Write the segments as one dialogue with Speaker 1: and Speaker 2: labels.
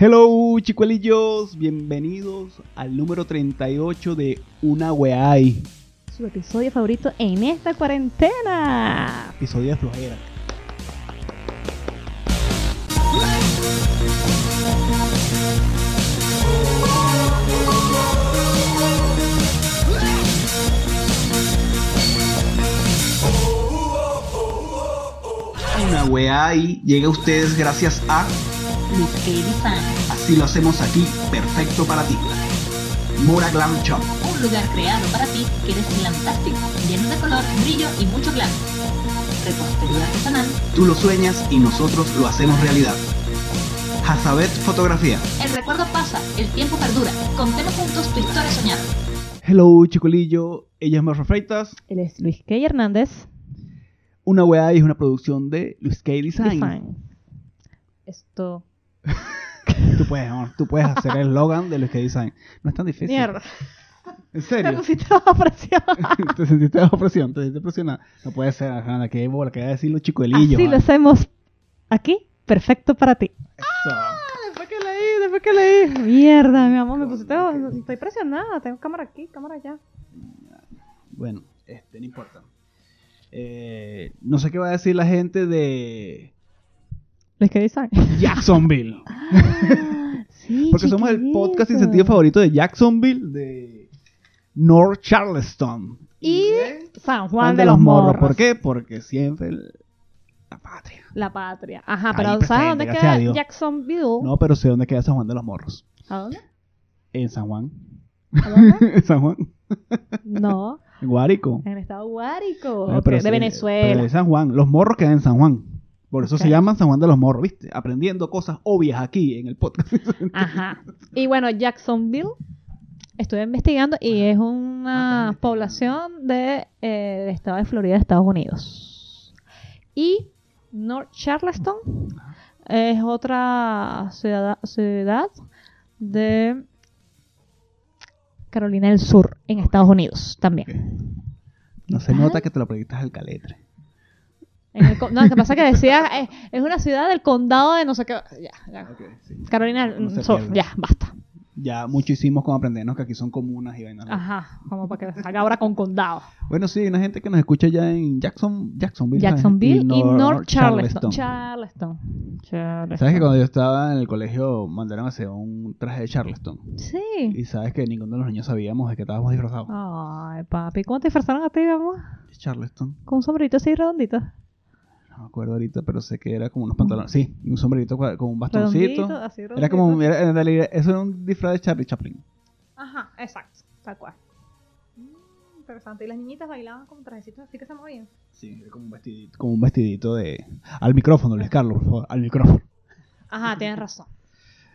Speaker 1: Hello, chicuelillos, bienvenidos al número 38 de Una Weay,
Speaker 2: Su episodio favorito en esta cuarentena.
Speaker 1: episodio de flojera. Una Weay llega a ustedes gracias a
Speaker 3: Los Kelly Fan,
Speaker 1: Así lo hacemos aquí, perfecto para ti. Mora Glam Shop.
Speaker 3: un lugar creado para ti que eres fantástico, lleno de color, brillo y mucho glam. Repostería artesanal,
Speaker 1: Tú lo sueñas y nosotros lo hacemos realidad. Hazabet Fotografía.
Speaker 3: el recuerdo pasa, el tiempo perdura. Contemos juntos tu historia soñada.
Speaker 1: Hello, chicolillo. Ella es Marfa Freitas.
Speaker 2: Él es Luis K. Hernández.
Speaker 1: Una weá es una producción de Luis K. Design.
Speaker 2: Design. Esto.
Speaker 1: Tú puedes, amor, tú puedes hacer el slogan de Luis K. Design. No es tan difícil.
Speaker 2: Mierda.
Speaker 1: En
Speaker 2: Me
Speaker 1: serio.
Speaker 2: pusiste bajo presión.
Speaker 1: te sentiste bajo presión, te sentiste presionada. No puede ser, Alejandra, qué bola, que voy a decir los ah, chicuelillos.
Speaker 2: Así lo
Speaker 1: ¿vale?
Speaker 2: hacemos aquí. Perfecto para ti.
Speaker 1: Eso.
Speaker 2: Después que leí, después que leí. Mierda, mi amor, me pusiste bajo. Estoy presionada. Tengo cámara aquí, cámara allá.
Speaker 1: Bueno, este, no importa. Eh, no sé qué va a decir la gente de
Speaker 2: Luis K. Design. Ah,
Speaker 1: Jacksonville.
Speaker 2: sí,
Speaker 1: Porque somos el podcast sin
Speaker 2: chiquito.
Speaker 1: sentido favorito de Jacksonville, de North Charleston.
Speaker 2: Y
Speaker 1: ¿Eh? de
Speaker 2: San Juan de, los Morros.
Speaker 1: ¿Por qué? Porque siempre el- la patria.
Speaker 2: La patria. Ajá,
Speaker 1: Ahí
Speaker 2: pero
Speaker 1: presente,
Speaker 2: ¿sabes dónde
Speaker 1: gracias a
Speaker 2: queda
Speaker 1: Dios.
Speaker 2: Jacksonville?
Speaker 1: No, pero sé dónde queda San Juan de los Morros.
Speaker 2: ¿A dónde?
Speaker 1: En San Juan.
Speaker 2: ¿A dónde?
Speaker 1: En San Juan.
Speaker 2: No,
Speaker 1: En Guárico.
Speaker 2: en el estado Guárico,
Speaker 1: Bueno,
Speaker 2: ok,
Speaker 1: pero sí, eh, pero
Speaker 2: de
Speaker 1: de
Speaker 2: Venezuela.
Speaker 1: San Juan. Los morros quedan en San Juan. Por eso se
Speaker 2: Ok.
Speaker 1: llaman San Juan de los Morros, ¿viste? Aprendiendo cosas obvias aquí en el podcast.
Speaker 2: Ajá. Y bueno, Jacksonville, estuve investigando y es
Speaker 1: Ah,
Speaker 2: una
Speaker 1: está investigando.
Speaker 2: población de, eh, del estado de Florida, de Estados Unidos. Y North Charleston es otra ciudad, ciudad de Carolina del Sur, en Estados Unidos también.
Speaker 1: No se
Speaker 2: Ajá.
Speaker 1: nota que te lo aprendiste al caletre.
Speaker 2: En el co- no, lo que pasa es que decía, eh, es una ciudad del condado de no sé qué. Ya, ya. Carolina,
Speaker 1: No se
Speaker 2: mm, so-
Speaker 1: pierde.
Speaker 2: ya, basta.
Speaker 1: Ya mucho hicimos con aprendernos que aquí son comunas y vainas.
Speaker 2: Ajá, como para que salga ahora con condado.
Speaker 1: Bueno, sí, hay una gente que nos escucha ya en Jackson, Jacksonville. ¿sabes?
Speaker 2: Jacksonville y North, Charleston.
Speaker 1: Charleston.
Speaker 2: Charleston. Charleston.
Speaker 1: ¿Sabes que cuando yo estaba en el colegio mandaron a hacer un traje de Charleston?
Speaker 2: Sí.
Speaker 1: Y sabes que ninguno de los niños sabíamos de qué estábamos disfrazados.
Speaker 2: Ah. Ay, papi, ¿cómo te disfrazaron a ti, mi amor?
Speaker 1: Charleston,
Speaker 2: Con un sombrerito así redondito.
Speaker 1: no me acuerdo ahorita, pero sé que era como unos pantalones. Sí, un sombrerito cua- con un bastoncito.
Speaker 2: Redondito, así redondito.
Speaker 1: Era como, un- era, en realidad, eso era un disfraz de Charlie Chaplin.
Speaker 2: Ajá, exacto, tal cual. Mm, Interesante. Y las niñitas bailaban con trajecitos así que se movían.
Speaker 1: Sí, era como un vestidito. Como un vestidito de... Al micrófono, Luis Carlos, por favor, al micrófono.
Speaker 2: Ajá,
Speaker 1: Eh,
Speaker 2: tienes razón.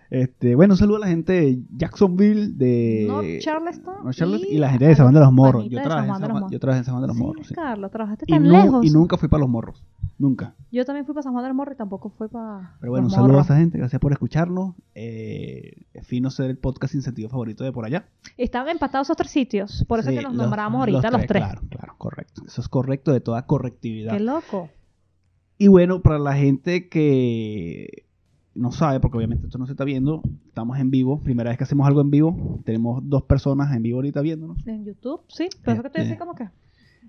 Speaker 1: Este, bueno, un saludo a la gente de Jacksonville, de...
Speaker 2: North Charleston
Speaker 1: North Charleston y,
Speaker 2: y
Speaker 1: la gente de San Juan de los Morros.
Speaker 2: Juanita
Speaker 1: Yo
Speaker 2: de
Speaker 1: trabajé,
Speaker 2: San
Speaker 1: en
Speaker 2: Juan de
Speaker 1: San
Speaker 2: los
Speaker 1: Juan-
Speaker 2: Morros.
Speaker 1: yo trabajé en San Juan de los
Speaker 2: sí,
Speaker 1: Morros. sí.
Speaker 2: Carlos, trabajaste
Speaker 1: Y,
Speaker 2: tan
Speaker 1: nu-
Speaker 2: lejos.
Speaker 1: y nunca fui para los morros. Nunca.
Speaker 2: Yo también fui para San Juan del Morro y tampoco fui para.
Speaker 1: Pero bueno, un
Speaker 2: Los
Speaker 1: saludo a
Speaker 2: Morros.
Speaker 1: esa gente. Gracias por escucharnos. Eh, es fino ser el podcast sin sentido favorito de por allá.
Speaker 2: Estaban empatados esos tres sitios. Por eso
Speaker 1: Sí,
Speaker 2: es que nos
Speaker 1: los-
Speaker 2: nombramos ahorita los tres.
Speaker 1: Claro, claro, correcto. Eso es correcto de toda correctividad.
Speaker 2: Qué loco.
Speaker 1: Y bueno, para la gente que no sabe, porque obviamente esto no se está viendo, estamos en vivo. Primera vez que hacemos algo en vivo. Tenemos dos personas en vivo ahorita viéndonos.
Speaker 2: En YouTube, sí. Pero eso que estoy
Speaker 1: Este-
Speaker 2: así como que.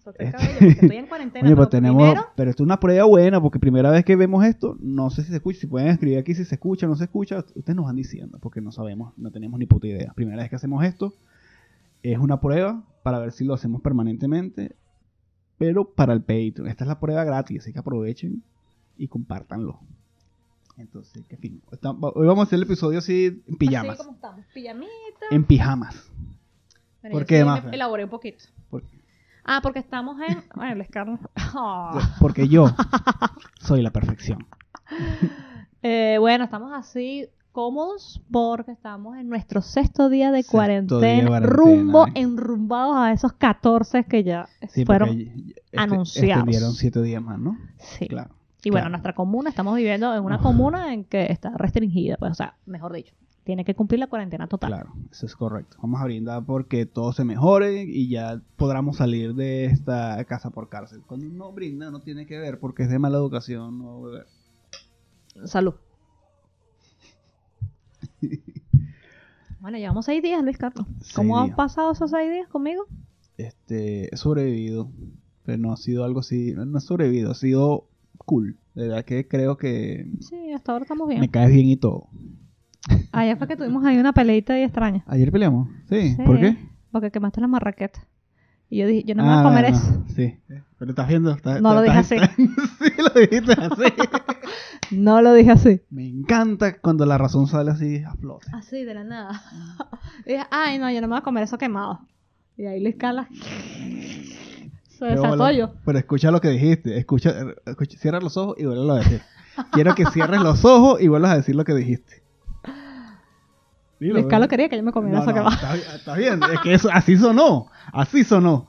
Speaker 2: solté el
Speaker 1: este-
Speaker 2: cabello, porque Estoy en cuarentena.
Speaker 1: Oye,
Speaker 2: pero
Speaker 1: pero tenemos,
Speaker 2: primero,
Speaker 1: pero esto es una prueba buena porque primera vez que vemos esto, no sé si se escucha, si pueden escribir aquí si se escucha o no se escucha, ustedes nos van diciendo porque no sabemos, no tenemos ni puta idea. Primera vez que hacemos esto, es una prueba para ver si lo hacemos permanentemente, pero para el Patreon. Esta es la prueba gratis, así que aprovechen y compártanlo. Entonces, qué fin. Está- Hoy vamos a hacer el episodio así en pijamas,
Speaker 2: Así como estamos. Pijamita.
Speaker 1: en pijamas.
Speaker 2: Bueno,
Speaker 1: ¿por
Speaker 2: yo
Speaker 1: qué,
Speaker 2: sí me
Speaker 1: Mafe?
Speaker 2: Elaboré un poquito.
Speaker 1: ¿Por
Speaker 2: Ah, porque estamos en. Bueno, les cargo.
Speaker 1: Porque yo soy la perfección.
Speaker 2: Eh, bueno, estamos así cómodos porque estamos en nuestro sexto día de
Speaker 1: Sexto día de
Speaker 2: cuarentena,
Speaker 1: cuarentena,
Speaker 2: rumbo
Speaker 1: ¿eh?
Speaker 2: enrumbados a esos 14 que ya
Speaker 1: Sí, porque
Speaker 2: fueron.
Speaker 1: este-
Speaker 2: anunciados.
Speaker 1: Extendieron siete días más, ¿no?
Speaker 2: Sí.
Speaker 1: Claro.
Speaker 2: Y bueno,
Speaker 1: Claro.
Speaker 2: nuestra comuna, estamos viviendo en una
Speaker 1: Uf.
Speaker 2: comuna en que está restringida, pues, o sea, mejor dicho, tiene que cumplir la cuarentena total.
Speaker 1: Claro, eso es correcto. Vamos a brindar porque todo se mejore y ya podamos salir de esta casa por cárcel. Cuando uno brinda, no tiene que ver porque es de mala educación no beber.
Speaker 2: Salud. Bueno, llevamos seis días, Luis Carlos.
Speaker 1: Seis
Speaker 2: ¿Cómo han
Speaker 1: días.
Speaker 2: pasado esos seis días conmigo?
Speaker 1: Este, he sobrevivido, pero no ha sido algo así, no he sobrevivido, ha sido cool. De verdad que creo que
Speaker 2: Sí, hasta ahora estamos
Speaker 1: me
Speaker 2: bien.
Speaker 1: caes bien y todo.
Speaker 2: Allá fue que tuvimos ahí una peleita ahí extraña.
Speaker 1: Ayer peleamos, sí,
Speaker 2: Sí,
Speaker 1: ¿por qué?
Speaker 2: Porque quemaste la marraqueta. Y yo dije, yo no me voy a
Speaker 1: Ah,
Speaker 2: comer
Speaker 1: no,
Speaker 2: eso.
Speaker 1: Sí, pero estás viendo. estás-
Speaker 2: No lo
Speaker 1: estás-
Speaker 2: dije
Speaker 1: sí, lo dijiste así.
Speaker 2: No lo dije así.
Speaker 1: me encanta cuando la razón sale así a flote.
Speaker 2: Así, de la nada. Ah. Dije, ay, no, yo no me voy a comer eso quemado. Y ahí Luis Carlos se
Speaker 1: Qué
Speaker 2: desató
Speaker 1: bola.
Speaker 2: yo.
Speaker 1: Pero escucha lo que dijiste. Escucha, eh, escucha- cierra los ojos y vuelve a decir. Quiero que cierres los ojos y vuelvas a decir lo que dijiste. Dilo,
Speaker 2: Luis
Speaker 1: ve.
Speaker 2: Carlos quería que yo me comiera
Speaker 1: No,
Speaker 2: eso
Speaker 1: no,
Speaker 2: quemado.
Speaker 1: está, bien- está bien, es que eso, así sonó, así sonó.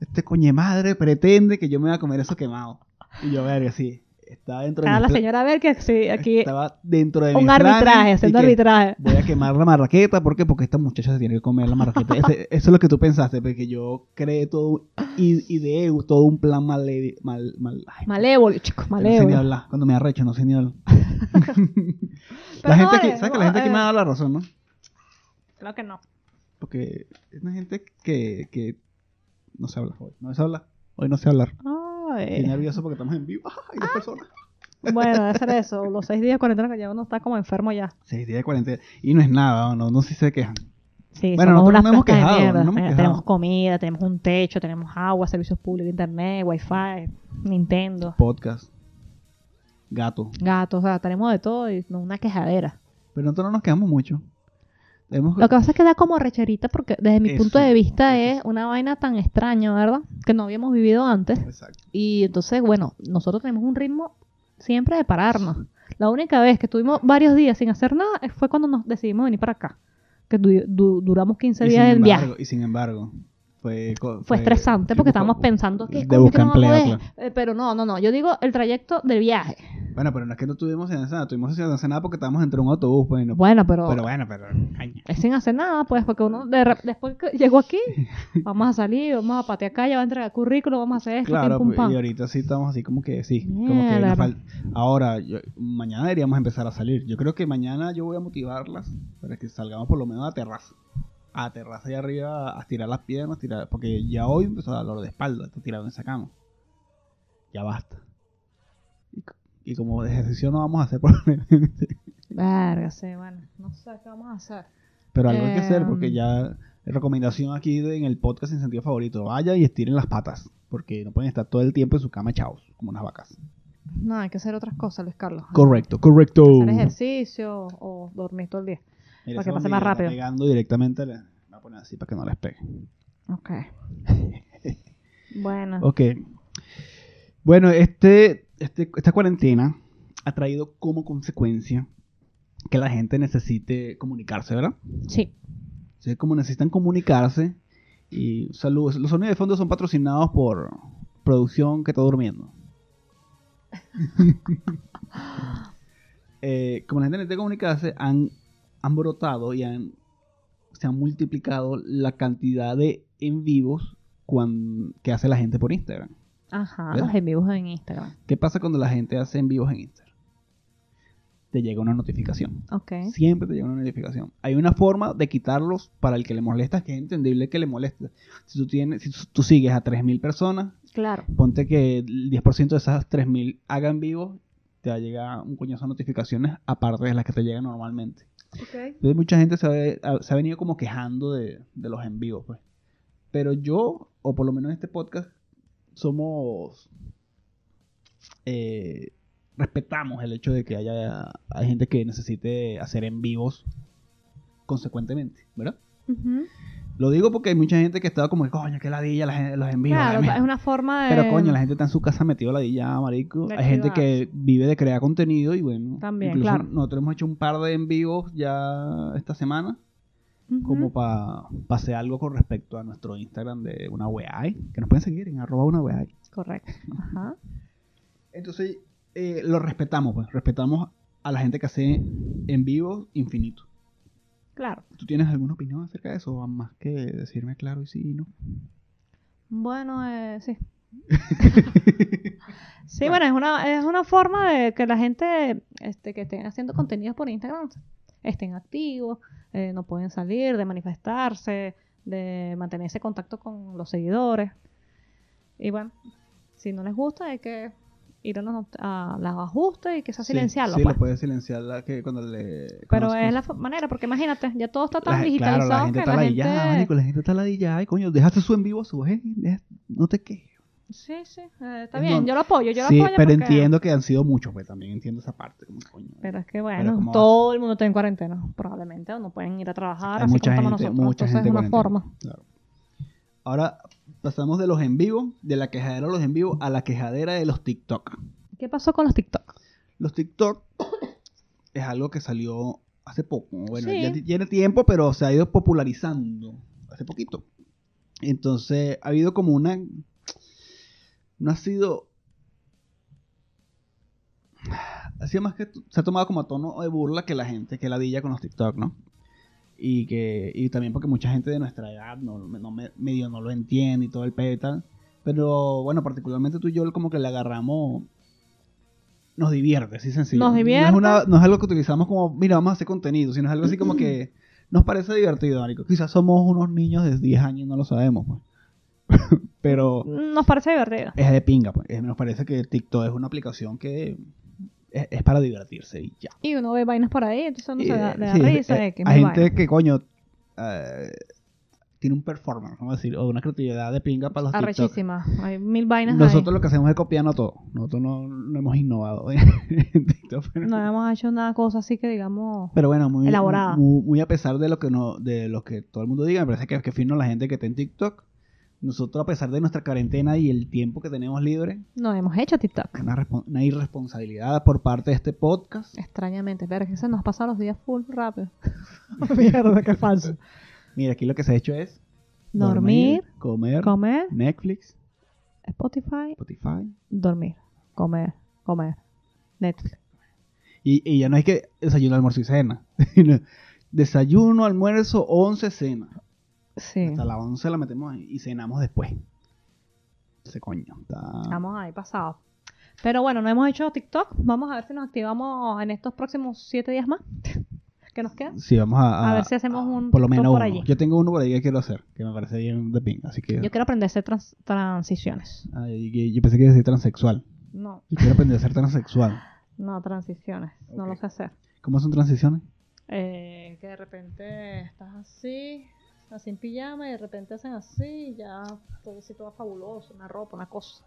Speaker 1: Este coñe madre pretende que yo me voy a comer eso quemado. Y yo verga así, está dentro de
Speaker 2: Estaba
Speaker 1: mis
Speaker 2: la
Speaker 1: pla-
Speaker 2: señora a ver que sí, aquí
Speaker 1: estaba dentro de
Speaker 2: un
Speaker 1: mis planes
Speaker 2: arbitraje,
Speaker 1: y
Speaker 2: haciendo
Speaker 1: que
Speaker 2: arbitraje.
Speaker 1: Voy a quemar la marraqueta, ¿por qué? Porque esta muchacha se tiene que comer la marraqueta. Ese- eso es lo que tú pensaste, porque yo creé todo y ideé todo un plan mal eh, mal, mal ay,
Speaker 2: Malévolo, chicos,
Speaker 1: yo No sé ni
Speaker 2: malévolo.
Speaker 1: hablar. Cuando me arrecho, no sé ni hablar.
Speaker 2: Pero
Speaker 1: la
Speaker 2: no
Speaker 1: gente aquí,
Speaker 2: vale,
Speaker 1: ¿Sabes que la gente aquí
Speaker 2: eh,
Speaker 1: me ha dado la razón, no?
Speaker 2: Claro que no.
Speaker 1: Porque es una gente que, que no se habla hoy. No se habla. Hoy no se
Speaker 2: Eh.
Speaker 1: hablar.
Speaker 2: Ay.
Speaker 1: Estoy nervioso porque estamos en vivo. ¡Ah! Hay dos personas.
Speaker 2: Bueno, debe ser eso. Los seis días de cuarentena que ya uno está como enfermo ya.
Speaker 1: Seis días de cuarentena. Y no es nada, no, no sé si se quejan.
Speaker 2: Sí,
Speaker 1: Bueno,
Speaker 2: somos
Speaker 1: nosotros
Speaker 2: unas
Speaker 1: no hemos
Speaker 2: plantas de
Speaker 1: quejado,
Speaker 2: mierda.
Speaker 1: no hemos
Speaker 2: Mira,
Speaker 1: quejado.
Speaker 2: Tenemos comida, tenemos un techo, tenemos agua, servicios públicos, internet, wifi, Nintendo,
Speaker 1: Podcast. Gato.
Speaker 2: gatos, o sea, tenemos de todo y no una quejadera.
Speaker 1: Pero nosotros no nos quejamos mucho. Tenemos
Speaker 2: Lo que pasa es que da como recherita porque desde mi
Speaker 1: Eso,
Speaker 2: punto de vista
Speaker 1: eso
Speaker 2: es una vaina tan extraña, ¿verdad? Que no habíamos vivido antes.
Speaker 1: Exacto.
Speaker 2: Y entonces, bueno, nosotros tenemos un ritmo siempre de pararnos. La única vez que estuvimos varios días sin hacer nada eh, fue cuando nos decidimos venir para acá. Que du- du- duramos 15
Speaker 1: Y sin
Speaker 2: días en viaje.
Speaker 1: embargo, y sin embargo, fue, co-
Speaker 2: Fue estresante porque
Speaker 1: fue-
Speaker 2: estábamos pensando que
Speaker 1: de buscar empleo,
Speaker 2: Eh, Pero no, no, no. Yo digo el trayecto del viaje.
Speaker 1: Bueno, pero no es que no tuvimos en nada, tuvimos en nada porque estábamos entre un autobús, pues, y no-
Speaker 2: Bueno, pero,
Speaker 1: pero bueno, pero ay,
Speaker 2: es sin hacer nada, pues, porque uno de re- después que llegó aquí, vamos a salir, vamos a patear calle, va a entregar currículo, vamos a hacer esto,
Speaker 1: Claro, pues,
Speaker 2: pim, pum, pam.
Speaker 1: y ahorita sí estamos así como que sí, como que
Speaker 2: Mierda.
Speaker 1: nos fal- ahora yo- mañana deberíamos empezar a salir. Yo creo que mañana yo voy a motivarlas para que salgamos por lo menos a terraza. A terraza allá arriba a estirar las piernas, tirar, porque ya hoy empezó a dar dolor de espalda, está tirado en esa cama. Ya basta. Y, c- y como de ejercicio no vamos a hacer probablemente.
Speaker 2: Verga, sí, bueno, no sé qué vamos a hacer.
Speaker 1: Pero algo hay que hacer
Speaker 2: Em.
Speaker 1: porque ya recomendación aquí de- en el podcast sin sentido favorito, vaya y estiren las patas, porque no pueden estar todo el tiempo en su cama echados como unas vacas.
Speaker 2: No, hay que hacer otras cosas, Luis Carlos.
Speaker 1: Correcto, correcto.
Speaker 2: Hacer ejercicio o dormir todo el día.
Speaker 1: Mira, esa
Speaker 2: para que pase
Speaker 1: hormiga
Speaker 2: más
Speaker 1: está
Speaker 2: rápido.
Speaker 1: Pegando directamente a la- me voy a poner así para que no les pegue.
Speaker 2: Ok. bueno.
Speaker 1: Ok. Bueno, este, este, esta cuarentena ha traído como consecuencia que la gente necesite comunicarse, ¿verdad?
Speaker 2: Sí.
Speaker 1: O sea, como necesitan comunicarse y saludos. Los sonidos de fondo son patrocinados por producción que está durmiendo. Eh, como la gente necesita comunicarse, han, han brotado y han, se han multiplicado la cantidad de en vivos cuan- que hace la gente por Instagram.
Speaker 2: Ajá,
Speaker 1: ¿Verdad?
Speaker 2: los en vivos en Instagram.
Speaker 1: ¿Qué pasa cuando la gente hace en vivos en Instagram? Te llega una notificación.
Speaker 2: Ok.
Speaker 1: Siempre te llega una notificación. Hay una forma de quitarlos para el que le molesta, que es entendible que le moleste. Si tú, tienes, si tú sigues a 3.000 personas,
Speaker 2: Claro.
Speaker 1: ponte que el 10% de esas 3.000 hagan vivo, te va a llegar un coñazo de notificaciones aparte de las que te llegan normalmente.
Speaker 2: Ok.
Speaker 1: Entonces mucha gente se ha, se ha venido como quejando de, de los en vivos, pues. Pero yo, o por lo menos en este podcast, somos... eh, respetamos el hecho de que haya hay gente que necesite hacer en vivos consecuentemente, ¿verdad? Lo digo porque hay mucha gente que estaba como que, coño, qué ladilla la gente- los en vivos.
Speaker 2: Claro,
Speaker 1: la
Speaker 2: o sea,
Speaker 1: mierda".
Speaker 2: es una forma de.
Speaker 1: Pero coño, la gente está en su casa metida la ladilla, marico.
Speaker 2: de
Speaker 1: Hay gente
Speaker 2: activarse.
Speaker 1: que vive de crear contenido y bueno.
Speaker 2: También,
Speaker 1: incluso
Speaker 2: claro.
Speaker 1: Nosotros hemos hecho un par de en vivos ya esta semana
Speaker 2: Ujú.
Speaker 1: como para hacer algo con respecto a nuestro Instagram de una weai, que nos pueden seguir en arroba una weai.
Speaker 2: Correcto. Ajá.
Speaker 1: Entonces, eh, lo respetamos, pues, respetamos a la gente que hace en vivo infinito.
Speaker 2: Claro.
Speaker 1: ¿Tú tienes alguna opinión acerca de eso? Más que decirme claro y sí y no.
Speaker 2: Bueno, eh, sí. sí, bueno, es una, es una forma de que la gente este, que esté haciendo contenidos por Instagram estén activos, eh, no pueden salir, de manifestarse, de mantener ese contacto con los seguidores. Y bueno, si no les gusta, hay que ir a los, a los ajustes y que sea
Speaker 1: Sí,
Speaker 2: silenciarlo.
Speaker 1: Sí,
Speaker 2: pues.
Speaker 1: lo puedes silenciar la que cuando le.
Speaker 2: Pero
Speaker 1: cuando-
Speaker 2: es la fo- manera, porque imagínate, ya todo está tan
Speaker 1: La- Claro,
Speaker 2: digitalizado
Speaker 1: la gente
Speaker 2: que
Speaker 1: está
Speaker 2: la
Speaker 1: ladillada,
Speaker 2: gente...
Speaker 1: marico, la gente está ladillada. Ay, coño, dejaste su en vivo a su vez. deja- No te quejes.
Speaker 2: Sí, sí, eh, está
Speaker 1: Es
Speaker 2: bien,
Speaker 1: normal.
Speaker 2: yo lo apoyo, yo
Speaker 1: sí,
Speaker 2: lo apoyo
Speaker 1: pero
Speaker 2: porque-
Speaker 1: entiendo que han sido muchos, pues también entiendo esa parte. como, coño.
Speaker 2: Pero es que
Speaker 1: Pero
Speaker 2: bueno,
Speaker 1: ¿cómo
Speaker 2: todo el mundo está en cuarentena, probablemente, o no pueden ir a trabajar,
Speaker 1: Hay
Speaker 2: así
Speaker 1: mucha
Speaker 2: como
Speaker 1: gente,
Speaker 2: estamos nosotros.
Speaker 1: mucha
Speaker 2: Entonces
Speaker 1: gente
Speaker 2: es una
Speaker 1: cuarentena,
Speaker 2: forma.
Speaker 1: claro. Ahora pasamos de los en vivo, de la quejadera de los en vivo, a la quejadera de los TikTok.
Speaker 2: ¿Qué pasó con los TikTok?
Speaker 1: Los TikTok es algo que salió hace poco. Bueno,
Speaker 2: Sí.
Speaker 1: ya ti- tiene tiempo, pero se ha ido popularizando hace poquito. Entonces, ha habido como una. No ha sido. Ha sido más que. Se ha tomado como a tono de burla que la gente, que la dilla con los TikTok, ¿no? Y que y también porque mucha gente de nuestra edad no, no me- medio no lo entiende y todo el pedo y tal. Pero bueno, particularmente tú y yo como que le agarramos... Nos divierte, sí, sencillo.
Speaker 2: Nos divierte.
Speaker 1: No es, una- no es algo que utilizamos como, mira, vamos a hacer contenido, sino es algo así como que nos parece divertido, marico. Quizás somos unos niños de 10 años y no lo sabemos, pues. Pero
Speaker 2: Nos parece divertido.
Speaker 1: es de pinga, pues. Eh, Nos parece que TikTok es una aplicación que es, es para divertirse y ya.
Speaker 2: Y uno ve vainas por ahí, entonces uno
Speaker 1: Eh,
Speaker 2: se da, le da
Speaker 1: sí,
Speaker 2: risa.
Speaker 1: eh,
Speaker 2: de que es
Speaker 1: hay
Speaker 2: muy
Speaker 1: gente
Speaker 2: vaina.
Speaker 1: que, coño, eh, tiene un performance, vamos a decir, o una creatividad de pinga para los TikTok.
Speaker 2: Arrechísima. Hay mil vainas
Speaker 1: Nosotros
Speaker 2: ahí.
Speaker 1: lo que hacemos es copiarnos todo. Nosotros no, no hemos innovado en TikTok. Pero,
Speaker 2: No hemos hecho una cosa así que digamos...
Speaker 1: pero bueno, muy,
Speaker 2: Elaborada.
Speaker 1: muy, muy a pesar de lo que no, de lo que todo el mundo diga, me parece que, que fino la gente que está en TikTok. Nosotros, a pesar de nuestra cuarentena y el tiempo que tenemos libre,
Speaker 2: No hemos hecho TikTok.
Speaker 1: una, respon- una irresponsabilidad por parte de este podcast.
Speaker 2: Extrañamente, pero es que se nos pasan los días full rápido. Mierda, qué falso.
Speaker 1: Mira, aquí lo que se ha hecho es
Speaker 2: Dormir,
Speaker 1: comer,
Speaker 2: comer,
Speaker 1: Netflix,
Speaker 2: Spotify,
Speaker 1: Spotify.
Speaker 2: dormir, comer, comer, Netflix.
Speaker 1: Y, y ya no es que desayuno, almuerzo y cena. sino desayuno, almuerzo, 11, cena.
Speaker 2: Sí.
Speaker 1: Hasta las 11 la metemos ahí y cenamos después. Ese coño. está-
Speaker 2: Estamos ahí pasados. Pero bueno, no hemos hecho TikTok. Vamos a ver si nos activamos en estos próximos siete días más. que nos quedan?
Speaker 1: Sí, vamos a,
Speaker 2: A ver si hacemos un
Speaker 1: Por lo
Speaker 2: TikTok
Speaker 1: menos
Speaker 2: por
Speaker 1: uno.
Speaker 2: allí.
Speaker 1: Yo tengo uno por ahí que quiero hacer, que me parece bien de ping. Así que.
Speaker 2: Yo quiero aprender a hacer trans- transiciones.
Speaker 1: Ah, y- y- yo pensé que iba a decir transexual.
Speaker 2: No,
Speaker 1: Yo quiero aprender a ser transexual.
Speaker 2: no, transiciones. No
Speaker 1: Ok.
Speaker 2: lo sé hacer.
Speaker 1: ¿Cómo son transiciones?
Speaker 2: Eh, que de repente estás así, así en pijama, y de repente hacen así, y ya todo así todo fabuloso, una ropa, una cosa.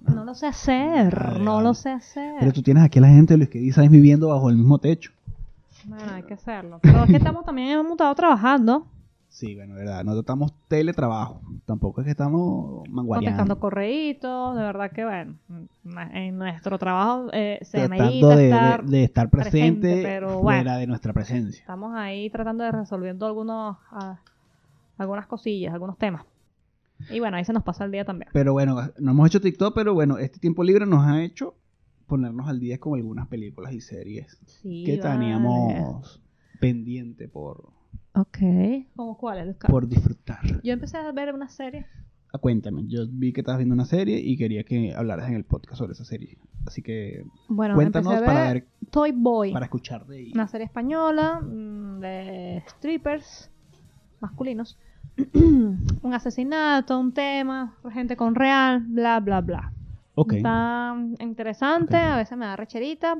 Speaker 2: No lo sé hacer,
Speaker 1: Madre,
Speaker 2: no
Speaker 1: vale.
Speaker 2: lo sé hacer.
Speaker 1: Pero tú tienes aquí a la gente de los que dicen viviendo bajo el mismo techo.
Speaker 2: Bueno, hay que hacerlo. Pero es que estamos también hemos estado trabajando,
Speaker 1: Sí, bueno, verdad. Nosotros estamos teletrabajo. Tampoco es que estamos
Speaker 2: contestando
Speaker 1: manguareando.
Speaker 2: correitos, de verdad que bueno, n- en nuestro trabajo eh, se
Speaker 1: Tratando
Speaker 2: medita
Speaker 1: de,
Speaker 2: estar,
Speaker 1: de- de estar presente,
Speaker 2: presente, pero
Speaker 1: fuera
Speaker 2: bueno.
Speaker 1: de nuestra presencia.
Speaker 2: estamos ahí tratando de resolviendo algunos ah, algunas cosillas, algunos temas. Y bueno, ahí se nos pasa el día también.
Speaker 1: Pero bueno, no hemos hecho TikTok, pero bueno, este tiempo libre nos ha hecho ponernos al día con algunas películas y series
Speaker 2: Sí,
Speaker 1: que
Speaker 2: vale.
Speaker 1: teníamos pendiente por,
Speaker 2: Ok. ¿Cómo cuál es, Oscar?
Speaker 1: por disfrutar.
Speaker 2: Yo empecé a ver una serie.
Speaker 1: Ah, Cuéntame, yo vi que estabas viendo una serie y quería que hablaras en el podcast sobre esa serie. Así que
Speaker 2: Bueno,
Speaker 1: cuéntanos
Speaker 2: empecé a
Speaker 1: para
Speaker 2: ver
Speaker 1: ver,
Speaker 2: Toy Boy.
Speaker 1: para escucharte y
Speaker 2: una serie española mm, de strippers masculinos. un asesinato, un tema, gente con real, bla, bla, bla.
Speaker 1: Ok.
Speaker 2: Está interesante,
Speaker 1: Ok.
Speaker 2: a veces me da recherita.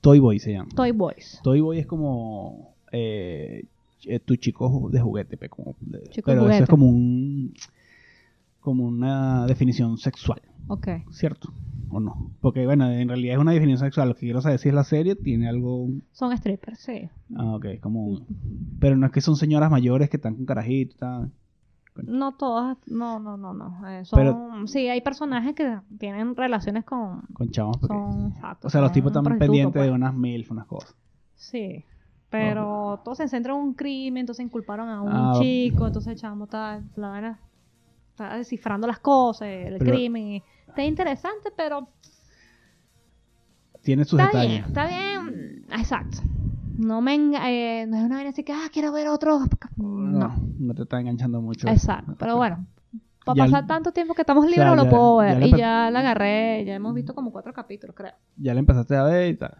Speaker 1: Toy Boy se llama.
Speaker 2: Toy Boys.
Speaker 1: Toy Boy es como eh, eh, tu chico ju- de juguete, pe, como de-
Speaker 2: Chico
Speaker 1: pero eso
Speaker 2: juguete.
Speaker 1: es como un como una definición sexual,
Speaker 2: Ok.
Speaker 1: ¿cierto? ¿O no? Porque bueno, en realidad es una definición sexual. Lo que quiero saber si es la serie tiene algo
Speaker 2: Son strippers, sí.
Speaker 1: ah, ok, es como un- pero no es que son señoras mayores que están con carajitos, tal.
Speaker 2: No todas, no, no, no, no. Eh, son,
Speaker 1: Pero-
Speaker 2: sí, hay personajes que tienen relaciones con...
Speaker 1: con chavos pequeños.
Speaker 2: Son, exacto,
Speaker 1: O sea, los
Speaker 2: son
Speaker 1: tipos están
Speaker 2: prostitutos,
Speaker 1: pendientes
Speaker 2: pues.
Speaker 1: de unas mil, unas cosas.
Speaker 2: Sí. Pero todo se centra en un crimen, entonces inculparon a un
Speaker 1: Ah.
Speaker 2: chico, entonces el chamo está, la vaina, está descifrando las cosas, el
Speaker 1: Pero-
Speaker 2: crimen. y- Está interesante, pero
Speaker 1: Tiene sus
Speaker 2: está bien,
Speaker 1: detalles.
Speaker 2: está bien. Exacto. No me enga- eh, no es una vaina así que, ah, quiero ver otro.
Speaker 1: No,
Speaker 2: No.
Speaker 1: no te está enganchando mucho.
Speaker 2: Exacto. Pero bueno, para
Speaker 1: Ya-
Speaker 2: pasar tanto tiempo que estamos libres,
Speaker 1: sea,
Speaker 2: lo
Speaker 1: ya-
Speaker 2: puedo
Speaker 1: ya
Speaker 2: ver.
Speaker 1: le
Speaker 2: y
Speaker 1: empe-
Speaker 2: ya la agarré, ya hemos visto como cuatro capítulos, creo.
Speaker 1: Ya la empezaste a ver y tal.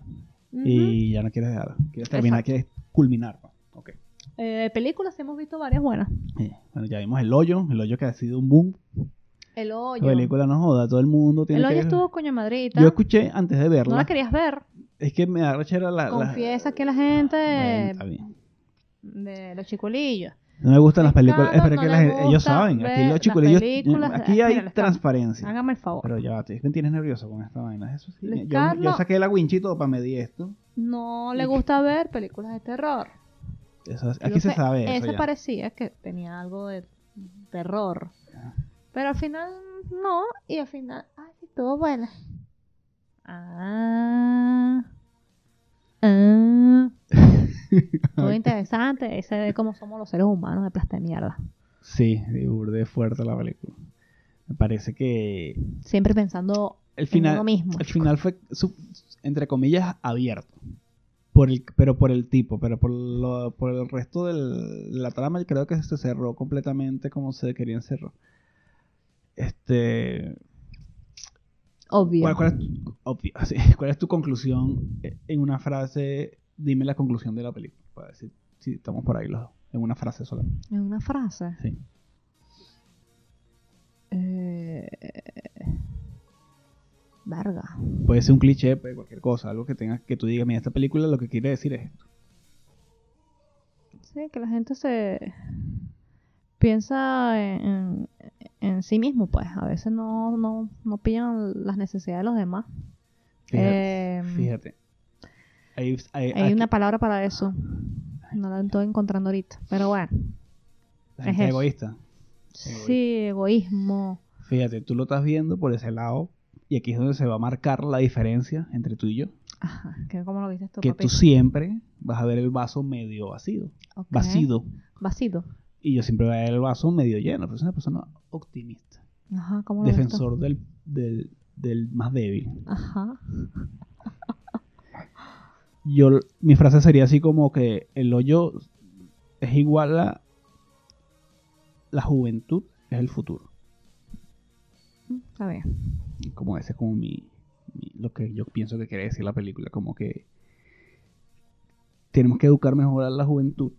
Speaker 2: Ujú.
Speaker 1: y ya no quieres dejar, quieres terminar,
Speaker 2: Exacto.
Speaker 1: quieres culminar. ¿no? Ok.
Speaker 2: Eh, de películas hemos visto varias buenas.
Speaker 1: Eh, Bueno, ya vimos El Hoyo, El Hoyo que ha sido un boom.
Speaker 2: El
Speaker 1: La
Speaker 2: hoyo.
Speaker 1: película no joda, todo el mundo tiene
Speaker 2: el hoyo
Speaker 1: que...
Speaker 2: estuvo coño madrita.
Speaker 1: Yo escuché antes de verla,
Speaker 2: no la querías ver.
Speaker 1: es que me da rechera la... la-
Speaker 2: Confiesa que la gente
Speaker 1: Bueno, está bien.
Speaker 2: de los chiculillos.
Speaker 1: No me gustan las
Speaker 2: Me
Speaker 1: películas, es
Speaker 2: encanta,
Speaker 1: para que
Speaker 2: no
Speaker 1: la
Speaker 2: me
Speaker 1: gente- ellos
Speaker 2: gusta
Speaker 1: saben, aquí
Speaker 2: ver
Speaker 1: los
Speaker 2: las
Speaker 1: chicos, ellos- eh,
Speaker 2: películas,
Speaker 1: aquí
Speaker 2: mira,
Speaker 1: hay
Speaker 2: les cambio.
Speaker 1: transparencia.
Speaker 2: Hágame el favor.
Speaker 1: Pero ya, va, te- me tienes nervioso con esta vaina. Eso sí. eh,
Speaker 2: Luis
Speaker 1: Yo, yo
Speaker 2: Carlos.
Speaker 1: saqué la winchi y todo para medir esto.
Speaker 2: No le gusta ver películas de terror.
Speaker 1: Eso es- aquí
Speaker 2: Entonces,
Speaker 1: se sabe eso.
Speaker 2: Esa
Speaker 1: ya.
Speaker 2: parecía que tenía algo de terror.
Speaker 1: Ah.
Speaker 2: Pero al final no, y al final, ay, sí, estuvo buena. Ah. Ah. Estuvo interesante. Ese de cómo somos los seres humanos de plasta de mierda.
Speaker 1: Sí, de burde fuerte la película. Me parece que
Speaker 2: Siempre pensando
Speaker 1: el
Speaker 2: en uno
Speaker 1: final,
Speaker 2: mismo.
Speaker 1: el final fue, su- entre comillas, abierto. Por el, pero por el tipo, pero por, lo- por el resto del- de la trama, yo creo que se cerró completamente como se querían cerrar. Este,
Speaker 2: Obvio.
Speaker 1: ¿Cuál, cuál es tu, obvio, sí. ¿Cuál es tu conclusión eh, en una frase? Dime la conclusión de la película. Para decir si estamos por ahí los dos. En una frase sola.
Speaker 2: En una frase.
Speaker 1: Sí.
Speaker 2: Eh... Verga.
Speaker 1: Puede ser un cliché, puede ser cualquier cosa. Algo que tengas que tú digas, mira, esta película lo que quiere decir es esto.
Speaker 2: Sí, que la gente se piensa en, en- en sí mismo, pues. A veces no, no, no pillan las necesidades de los demás.
Speaker 1: Fíjate.
Speaker 2: Eh,
Speaker 1: fíjate. Ahí- ahí-
Speaker 2: Hay
Speaker 1: aquí-
Speaker 2: una palabra para eso. No la estoy encontrando ahorita. Pero bueno.
Speaker 1: la gente
Speaker 2: es eso.
Speaker 1: egoísta.
Speaker 2: Sí, egoísmo.
Speaker 1: Fíjate, tú lo estás viendo por ese lado. Y aquí es donde se va a marcar la diferencia entre tú y yo.
Speaker 2: Ajá, que como lo viste tú,
Speaker 1: que
Speaker 2: papi.
Speaker 1: tú siempre vas a ver el vaso medio vacío.
Speaker 2: Ok.
Speaker 1: Vacío.
Speaker 2: Vacío.
Speaker 1: Y yo siempre voy a ver el vaso medio lleno. Pero soy una persona optimista.
Speaker 2: Ajá, como lo viste?
Speaker 1: defensor del, del, del más débil.
Speaker 2: Ajá.
Speaker 1: Yo, mi frase sería así como que el hoyo es igual a la juventud es el futuro.
Speaker 2: Mm, Está bien.
Speaker 1: Como ese es como mi, mi- lo que yo pienso que quiere decir la película, como que tenemos que educar mejor a la juventud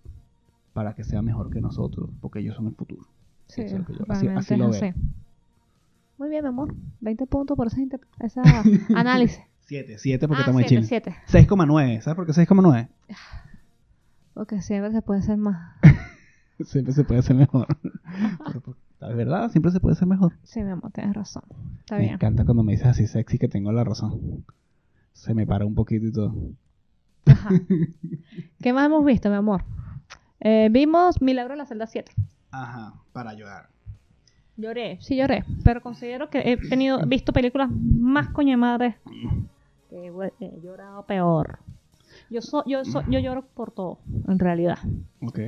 Speaker 1: para que sea mejor que nosotros, porque ellos son el futuro.
Speaker 2: Sí,
Speaker 1: Eso es lo que yo- así-
Speaker 2: realmente
Speaker 1: así
Speaker 2: es
Speaker 1: lo
Speaker 2: así.
Speaker 1: veo.
Speaker 2: Muy bien, mi amor. 20 puntos por esa, inter- esa análisis.
Speaker 1: 7, 7 porque
Speaker 2: ah,
Speaker 1: estamos en
Speaker 2: siete,
Speaker 1: Chile.
Speaker 2: siete.
Speaker 1: 6,9, ¿sabes por qué 6,9?
Speaker 2: Porque siempre se puede hacer más.
Speaker 1: Siempre se puede hacer mejor. Pero, pues, Es verdad, siempre se puede hacer mejor.
Speaker 2: Sí, mi amor, tienes razón. Está
Speaker 1: me
Speaker 2: bien.
Speaker 1: encanta cuando me dices así sexy que tengo la razón. Se me para un poquito y todo.
Speaker 2: Ajá. ¿Qué más hemos visto, mi amor? Eh, vimos Milagro en la celda 7.
Speaker 1: Ajá, para ayudar.
Speaker 2: Lloré, sí lloré, pero considero que he tenido, visto películas más coño de madre que hue- he llorado peor. Yo, so- yo, so- yo lloro por todo, en realidad.
Speaker 1: Ok.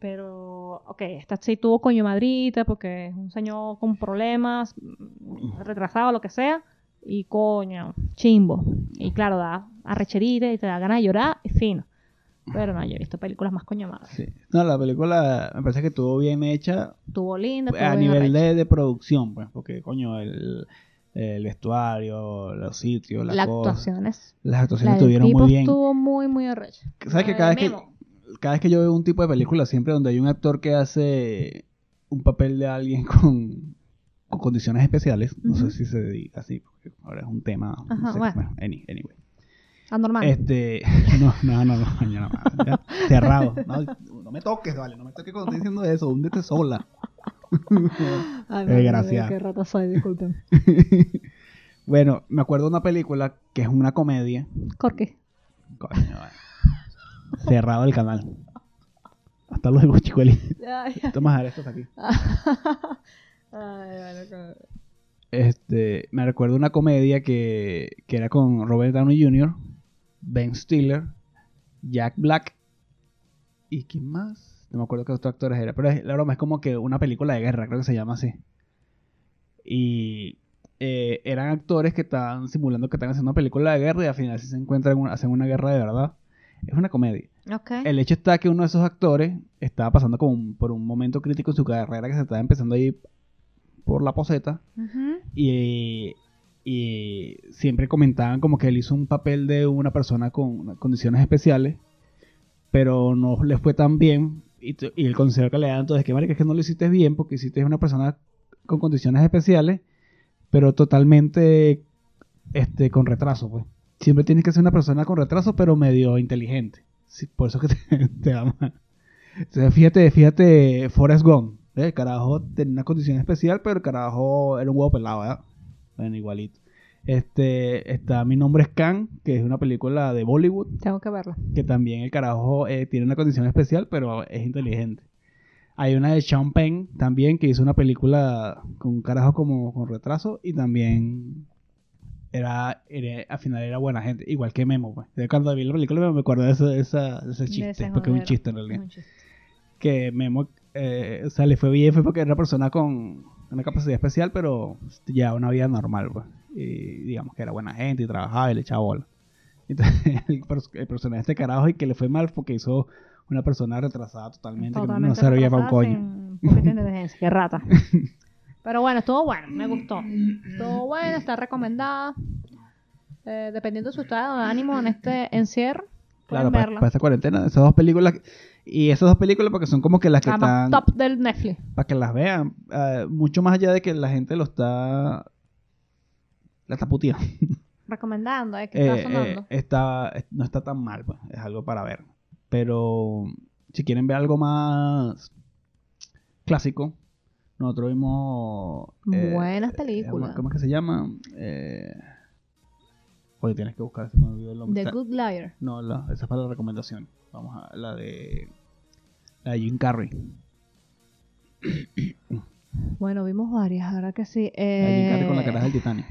Speaker 2: Pero, ok, esta sí tuvo coño madrita porque es un señor con problemas, mm, retrasado, lo que sea. Y coño, chimbo. Y claro, da arrecherita y te da ganas de llorar, y fino. Pero no, yo he visto películas más coño madre.
Speaker 1: Sí. No, la película me parece que estuvo bien hecha
Speaker 2: Estuvo linda, estuvo
Speaker 1: Pues, a
Speaker 2: bien
Speaker 1: nivel
Speaker 2: arrecha.
Speaker 1: de, de producción, pues, porque coño, el, el vestuario, los sitios, la,
Speaker 2: Las
Speaker 1: cosa.
Speaker 2: actuaciones.
Speaker 1: Las
Speaker 2: la
Speaker 1: actuaciones
Speaker 2: del
Speaker 1: estuvieron
Speaker 2: tipo
Speaker 1: muy bien.
Speaker 2: estuvo muy, muy arrecha.
Speaker 1: ¿Sabes que
Speaker 2: La
Speaker 1: cada
Speaker 2: de
Speaker 1: vez que,
Speaker 2: Memo.
Speaker 1: cada vez que yo veo un tipo de película, siempre donde hay un actor que hace un papel de alguien con, con condiciones especiales, no
Speaker 2: Ujú.
Speaker 1: sé si se dedica así, porque ahora es un tema. no
Speaker 2: Ajá,
Speaker 1: sé,
Speaker 2: bueno.
Speaker 1: any- anyway.
Speaker 2: Anormal.
Speaker 1: Este, no, no, no, no, ya no, ya, cerrado. No, no me toques, vale, no me toques cuando estoy diciendo eso, húndete sola.
Speaker 2: Ay,
Speaker 1: madre mía, desgraciada.
Speaker 2: Qué
Speaker 1: qué
Speaker 2: rata soy, disculpen.
Speaker 1: bueno, me acuerdo de una película que es una comedia.
Speaker 2: Corky.
Speaker 1: Coño, vale. Cerrado el canal. Hasta luego, chicueli.
Speaker 2: Ay,
Speaker 1: Vamos a dejar estos aquí.
Speaker 2: bueno, con-
Speaker 1: Este, me recuerdo una comedia que, que era con Robert Downey Jr., Ben Stiller, Jack Black y ¿quién más? No me acuerdo qué otros actores era, pero es- la broma es como que una película de guerra, creo que se llama así. Y eh, eran actores que estaban simulando que están haciendo una película de guerra y al final sí se encuentran, un- hacen una guerra de verdad. Es una comedia.
Speaker 2: Ok.
Speaker 1: El hecho está que uno de esos actores estaba pasando como un- por un momento crítico en su carrera que se estaba empezando ahí por la poseta.
Speaker 2: Ujú.
Speaker 1: Y y siempre comentaban como que él hizo un papel de una persona con condiciones especiales, pero no le fue tan bien. Y, t- y el consejo que le dan entonces, que marica, es que no lo hiciste bien porque hiciste una persona con condiciones especiales, pero totalmente este, con retraso, pues. Siempre tienes que ser una persona con retraso, pero medio inteligente. Sí, por eso que te, te va mal. Entonces, fíjate, fíjate, Forrest Gump. ¿eh? El carajo tenía una condición especial, pero el carajo era un huevo pelado, ¿verdad? Bueno, igualito. Este, está Mi Nombre es Khan, que es una película de Bollywood,
Speaker 2: Tengo que verla.
Speaker 1: que también el carajo eh, tiene una condición especial, pero es inteligente. Hay una de Sean Penn también, que hizo una película con un carajo como con retraso y también era, era- al final era buena gente, igual que Memo. Pues. Yo cuando vi la película me acuerdo de, ese- de esa, de ese
Speaker 2: De
Speaker 1: chiste,
Speaker 2: ese
Speaker 1: porque es un
Speaker 2: jodero.
Speaker 1: chiste en realidad
Speaker 2: Un chiste.
Speaker 1: que Memo, eh, o sea, le fue bien, fue porque era una persona con una capacidad especial, pero ya una vida normal, pues. Y digamos que era buena gente y trabajaba y le echaba bola. Entonces, el, pers- el personaje de este carajo y que le fue mal porque hizo una persona retrasada totalmente, que no
Speaker 2: Totalmente
Speaker 1: servía para un
Speaker 2: retrasada,
Speaker 1: coño.
Speaker 2: sin poquita inteligencia, Qué rata. Pero bueno, estuvo bueno, me gustó. Estuvo bueno, está recomendada. Eh, dependiendo de su estado de ánimo en este encierro, pueden
Speaker 1: Claro, para,
Speaker 2: verla.
Speaker 1: para esta cuarentena, esas dos películas. Y esas dos películas porque son como que las que
Speaker 2: La más
Speaker 1: están...
Speaker 2: top del Netflix.
Speaker 1: para que las vean. eh, mucho más allá de que la gente lo está... La está puteando.
Speaker 2: Recomendando, eh, que
Speaker 1: Eh,
Speaker 2: está sonando.
Speaker 1: eh, está- es- no está tan mal, pues, es algo para ver. Pero si quieren ver algo más clásico, nosotros vimos... eh,
Speaker 2: Buenas
Speaker 1: eh,
Speaker 2: películas.
Speaker 1: ¿Cómo es que se llama? Eh, oye, tienes que buscar, se me olvidó el nombre.
Speaker 2: The
Speaker 1: Está-
Speaker 2: Good Liar.
Speaker 1: No, la- esa es para la recomendación. Vamos a la de... La de Jim Carrey.
Speaker 2: Bueno, vimos varias, ahora que sí.
Speaker 1: La de Jim Carrey
Speaker 2: Eh,
Speaker 1: con la cara del Titanic.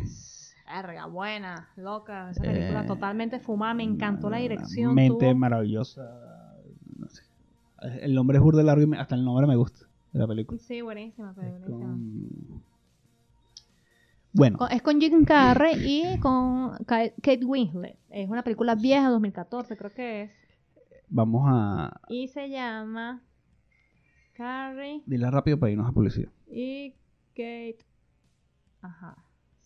Speaker 2: Erga, buena, loca. Esa
Speaker 1: Eh,
Speaker 2: película totalmente fumada, Ah, me encantó la dirección.
Speaker 1: Mente
Speaker 2: tuvo-
Speaker 1: maravillosa. No sé. El nombre es burde largo y me- hasta el nombre me gusta de la película.
Speaker 2: Sí, buenísima, pero
Speaker 1: Es
Speaker 2: buenísima.
Speaker 1: con- Bueno,
Speaker 2: Con- Es con Jim Carrey y con Ka- Kate Winslet. Es una película vieja, 2014 creo que es.
Speaker 1: vamos a.
Speaker 2: Y se llama Carrey
Speaker 1: Dila rápido para irnos a publicidad.
Speaker 2: y Kate. Ajá.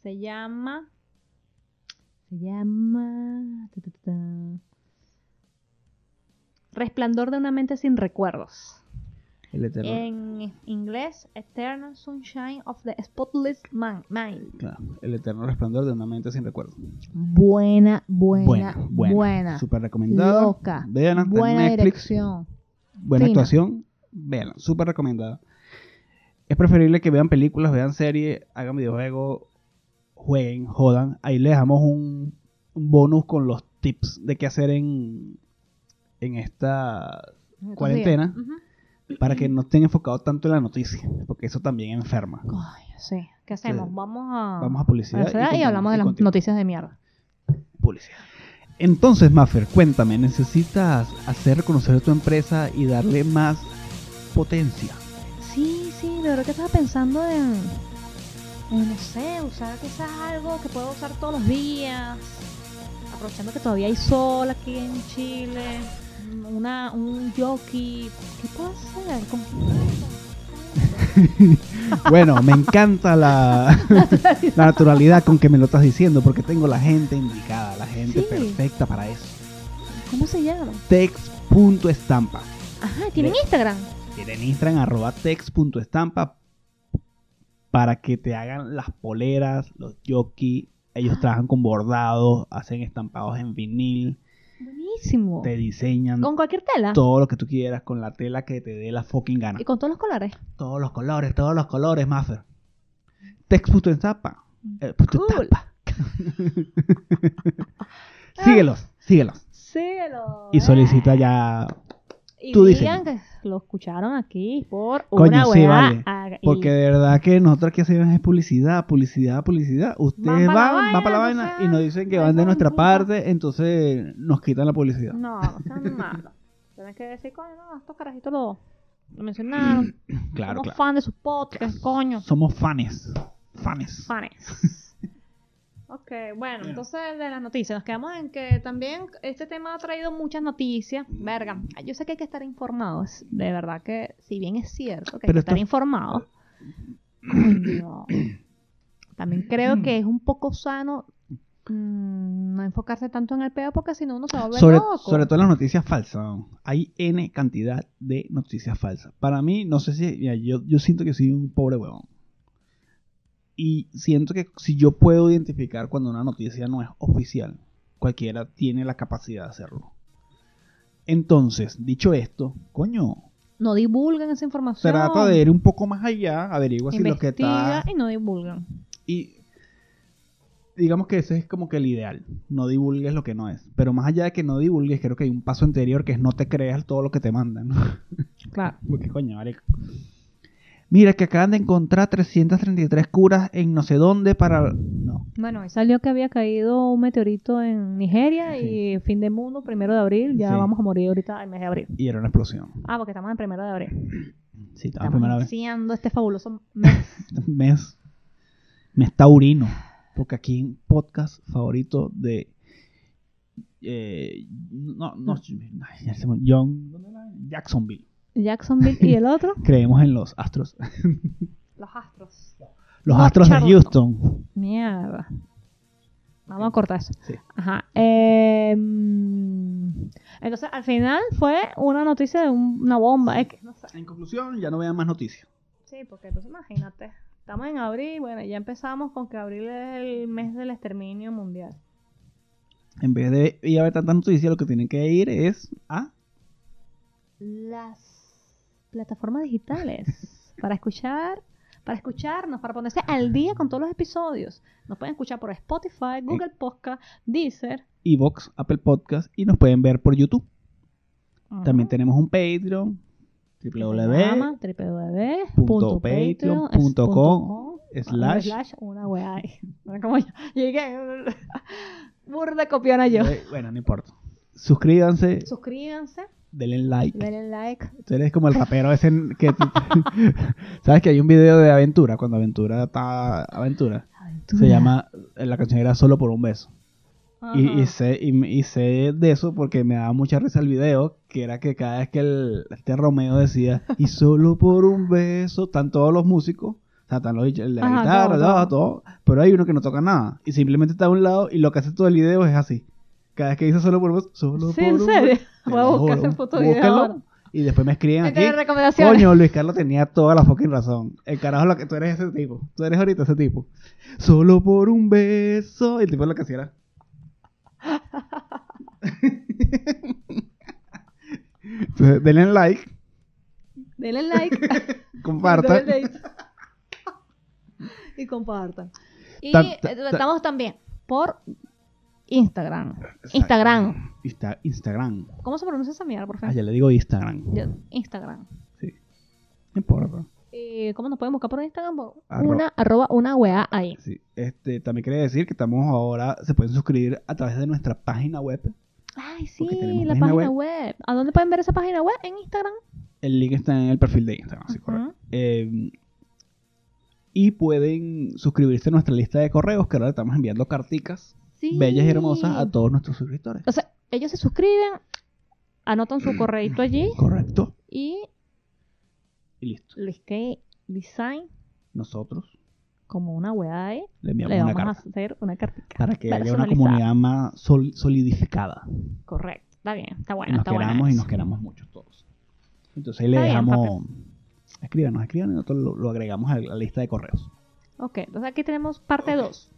Speaker 2: Se llama. Se llama. ta, ta, ta, ta. Resplandor de una mente sin recuerdos.
Speaker 1: El eterno.
Speaker 2: En inglés, Eternal Sunshine of the Spotless Man- Mind.
Speaker 1: claro, el eterno resplandor de una mente sin recuerdo.
Speaker 2: Buena, buena,
Speaker 1: Bueno,
Speaker 2: buena.
Speaker 1: Súper recomendada.
Speaker 2: Loca.
Speaker 1: Vean hasta
Speaker 2: buena
Speaker 1: Netflix.
Speaker 2: dirección.
Speaker 1: Buena
Speaker 2: Fina.
Speaker 1: actuación. Vean, súper recomendada. Es preferible que vean películas, vean series, hagan videojuegos, jueguen, jodan. Ahí les dejamos un, un bonus con los tips de qué hacer en, en esta
Speaker 2: Entonces,
Speaker 1: Cuarentena.
Speaker 2: ujú.
Speaker 1: para que no estén enfocados tanto en la noticia, porque eso también enferma.
Speaker 2: Coño, sí. ¿Qué hacemos?
Speaker 1: Sí.
Speaker 2: Vamos a.
Speaker 1: Vamos a
Speaker 2: a
Speaker 1: publicidad.
Speaker 2: la ciudad y,
Speaker 1: continuamos,
Speaker 2: hablamos de
Speaker 1: y
Speaker 2: las
Speaker 1: continuamos.
Speaker 2: noticias de mierda.
Speaker 1: Publicidad. Entonces, Maffer, cuéntame, ¿necesitas hacer conocer tu empresa y darle más potencia?
Speaker 2: Sí, sí, de verdad que estaba pensando en. en, no sé, usar quizás algo que pueda usar todos los días. Aprovechando que todavía hay sol aquí en Chile. Una, un jockey. ¿Qué puedo hacer? Con-
Speaker 1: Bueno, me encanta la, la naturalidad con que me lo estás diciendo, porque tengo la gente indicada, la gente
Speaker 2: Sí.
Speaker 1: perfecta para eso.
Speaker 2: ¿Cómo se llama?
Speaker 1: Tex.estampa.
Speaker 2: Ajá, tienen
Speaker 1: Mira.
Speaker 2: Instagram.
Speaker 1: Tienen Instagram arroba tex.estampa para que te hagan las poleras, los jockey. Ellos trabajan con bordados, hacen estampados en vinil,
Speaker 2: Buenísimo.
Speaker 1: te diseñan
Speaker 2: Con cualquier tela.
Speaker 1: todo lo que tú quieras con la tela que te dé la fucking gana.
Speaker 2: Y con todos los colores.
Speaker 1: Todos los colores, todos los colores, Maffer. Tex.estampa. Eh, punto
Speaker 2: Cool.
Speaker 1: estampa. síguelos, síguelos.
Speaker 2: Síguelo.
Speaker 1: Y
Speaker 2: eh.
Speaker 1: solicita ya
Speaker 2: Y
Speaker 1: tu
Speaker 2: digan
Speaker 1: diseño.
Speaker 2: que lo escucharon aquí por
Speaker 1: Coño,
Speaker 2: una
Speaker 1: sí,
Speaker 2: weá.
Speaker 1: vale.
Speaker 2: haga- y
Speaker 1: Porque de verdad que nosotros aquí hacemos es publicidad, publicidad, publicidad. Ustedes van,
Speaker 2: Van pa' la
Speaker 1: van para la
Speaker 2: vaina,
Speaker 1: vaina
Speaker 2: o sea,
Speaker 1: y nos dicen que
Speaker 2: no
Speaker 1: van de
Speaker 2: son
Speaker 1: nuestra
Speaker 2: puta.
Speaker 1: parte, entonces nos quitan la publicidad.
Speaker 2: No, no sean malos. Tienen que decir, coño, no, estos carajitos lo, lo mencionaron.
Speaker 1: Claro,
Speaker 2: Mm, Somos
Speaker 1: claro.
Speaker 2: fan de sus podcasts, coño.
Speaker 1: Somos fans. Fans.
Speaker 2: Fanes. ok, bueno, entonces de las noticias. Nos quedamos en que también este tema ha traído muchas noticias. Verga, yo sé que hay que estar informados. De verdad que, si bien es cierto que hay
Speaker 1: Pero
Speaker 2: que estar
Speaker 1: esto-
Speaker 2: informados, coño, También creo que es un poco sano mm, no enfocarse tanto en el pedo porque si no uno se va a volver
Speaker 1: Sobre,
Speaker 2: loco.
Speaker 1: sobre todo en las noticias falsas, weón. hay N cantidad de noticias falsas. Para mí, no sé si. mira, yo, yo siento que soy un pobre huevón. Y siento que si yo puedo identificar cuando una noticia no es oficial, cualquiera tiene la capacidad de hacerlo. Entonces, dicho esto, coño,
Speaker 2: no divulgan esa información.
Speaker 1: trata de ir un poco más allá, averigua si lo que
Speaker 2: Investiga
Speaker 1: está.
Speaker 2: y no divulgan.
Speaker 1: Y digamos que ese es como que el ideal. No divulgues lo que no es. Pero más allá de que no divulgues, creo que hay un paso anterior que es no te creas todo lo que te mandan. ¿no?
Speaker 2: Claro.
Speaker 1: Porque coño, marico. Mira que acaban de encontrar 333 curas en no sé dónde para... No.
Speaker 2: Bueno, ahí salió que había caído un meteorito en Nigeria
Speaker 1: Sí.
Speaker 2: y fin de mundo, primero de abril. Ya
Speaker 1: Sí.
Speaker 2: vamos a morir ahorita el mes de abril.
Speaker 1: Y era una explosión.
Speaker 2: Ah, porque estamos en primero de abril.
Speaker 1: Sí, estaba
Speaker 2: Estamos
Speaker 1: primera vez.
Speaker 2: iniciando este fabuloso mes.
Speaker 1: mes, mes taurino. Porque aquí en podcast favorito de. eh, no, no, ay, ya se me- John ¿dónde era? Jacksonville.
Speaker 2: Jacksonville y el otro,
Speaker 1: Creemos en los astros.
Speaker 2: los astros.
Speaker 1: Los
Speaker 2: No,
Speaker 1: astros de
Speaker 2: Charlotte.
Speaker 1: Houston.
Speaker 2: Mierda. Vamos a cortar eso.
Speaker 1: Sí.
Speaker 2: Ajá. eh, entonces, al final fue una noticia de un- una bomba. Es que, no sé.
Speaker 1: En conclusión, ya no vean más noticias.
Speaker 2: Sí, porque entonces imagínate. Estamos en abril, bueno, ya empezamos con que abril es el mes del exterminio mundial.
Speaker 1: En vez de ir a ver tantas noticias, lo que tienen que ir es a.
Speaker 2: Las plataformas digitales para escuchar, para escucharnos, para ponerse al día con todos los episodios. Nos pueden escuchar por Spotify, Google Podcast, Deezer.
Speaker 1: Evox, Apple Podcast y nos pueden ver por YouTube. También tenemos un Patreon, www.
Speaker 2: www.patreon.com
Speaker 1: slash-
Speaker 2: una wea ahí. Como yo llegué burda copiona yo.
Speaker 1: Bueno, no importa. Suscríbanse,
Speaker 2: Suscríbanse,
Speaker 1: denle like.
Speaker 2: denle like.
Speaker 1: Tú eres como el rapero ese en- que... ¿Sabes que hay un video de Aventura? Cuando Aventura está... Aventura. Se llama... La canción era Solo por un beso. Y, y sé, y, y sé de eso porque me daba mucha risa el video, que era que cada vez que el, este Romeo decía, y solo por un beso, están todos los músicos, o sea, están los, el de la
Speaker 2: Ajá,
Speaker 1: guitarra,
Speaker 2: todo,
Speaker 1: todo, todo, pero hay uno que no toca nada, y simplemente está a un lado, y lo que hace todo el video es así. Cada vez que dice solo por un beso, solo
Speaker 2: Sí,
Speaker 1: por
Speaker 2: en
Speaker 1: un
Speaker 2: serio.
Speaker 1: beso. Te
Speaker 2: Voy a
Speaker 1: lo
Speaker 2: buscar
Speaker 1: juro,
Speaker 2: el puto video.
Speaker 1: búsquenlo,
Speaker 2: ahora.
Speaker 1: Y después me escriben
Speaker 2: Gente de
Speaker 1: aquí.
Speaker 2: recomendaciones.
Speaker 1: Coño, Luis Carlos tenía toda la fucking razón. El carajo, lo que tú eres ese tipo. Tú eres ahorita ese tipo. Solo por un beso. Y el tipo lo que hacía era. Entonces, denle like,
Speaker 2: Denle like.
Speaker 1: compartan.
Speaker 2: denle like. y compartan. Y
Speaker 1: Tan-
Speaker 2: eh,
Speaker 1: tan-
Speaker 2: estamos también por Instagram. Instagram. Ah.
Speaker 1: Insta- Instagram.
Speaker 2: ¿Cómo se pronuncia esa mierda, por
Speaker 1: Ah,
Speaker 2: favor?
Speaker 1: ya le digo Instagram.
Speaker 2: Yo- Instagram.
Speaker 1: Sí. No importa.
Speaker 2: Eh, ¿Cómo nos pueden buscar por Instagram? Por
Speaker 1: Arro-
Speaker 2: Una arroba una weá ahí.
Speaker 1: Sí. Este, también quería decir que estamos ahora, se pueden suscribir a través de nuestra página web.
Speaker 2: Ay, sí,
Speaker 1: Porque tenemos
Speaker 2: la
Speaker 1: página
Speaker 2: página web. ¿A dónde pueden ver esa página web? En Instagram.
Speaker 1: El link está en el perfil de Instagram, sí,
Speaker 2: Ujú.
Speaker 1: correcto. Eh, y pueden suscribirse a nuestra lista de correos, que ahora estamos enviando carticas
Speaker 2: Sí.
Speaker 1: bellas y hermosas a todos nuestros suscriptores.
Speaker 2: O sea, ellos se suscriben, anotan su correito allí
Speaker 1: Correcto.
Speaker 2: y
Speaker 1: Y listo.
Speaker 2: les que design
Speaker 1: Nosotros
Speaker 2: como una weá ahí.
Speaker 1: le enviamos
Speaker 2: Le
Speaker 1: una
Speaker 2: vamos a
Speaker 1: carta
Speaker 2: hacer una cartica.
Speaker 1: para que haya una
Speaker 2: personalizada.
Speaker 1: comunidad más sol- solidificada.
Speaker 2: Correcto. Está bien, está
Speaker 1: Y
Speaker 2: bueno,
Speaker 1: nos
Speaker 2: está bueno.
Speaker 1: queramos y nos queramos mucho todos. Entonces ahí le
Speaker 2: Está bien,
Speaker 1: dejamos... Escríbanos, escríbanos y nosotros lo, lo agregamos a la lista de correos.
Speaker 2: Ok, entonces aquí tenemos parte 2.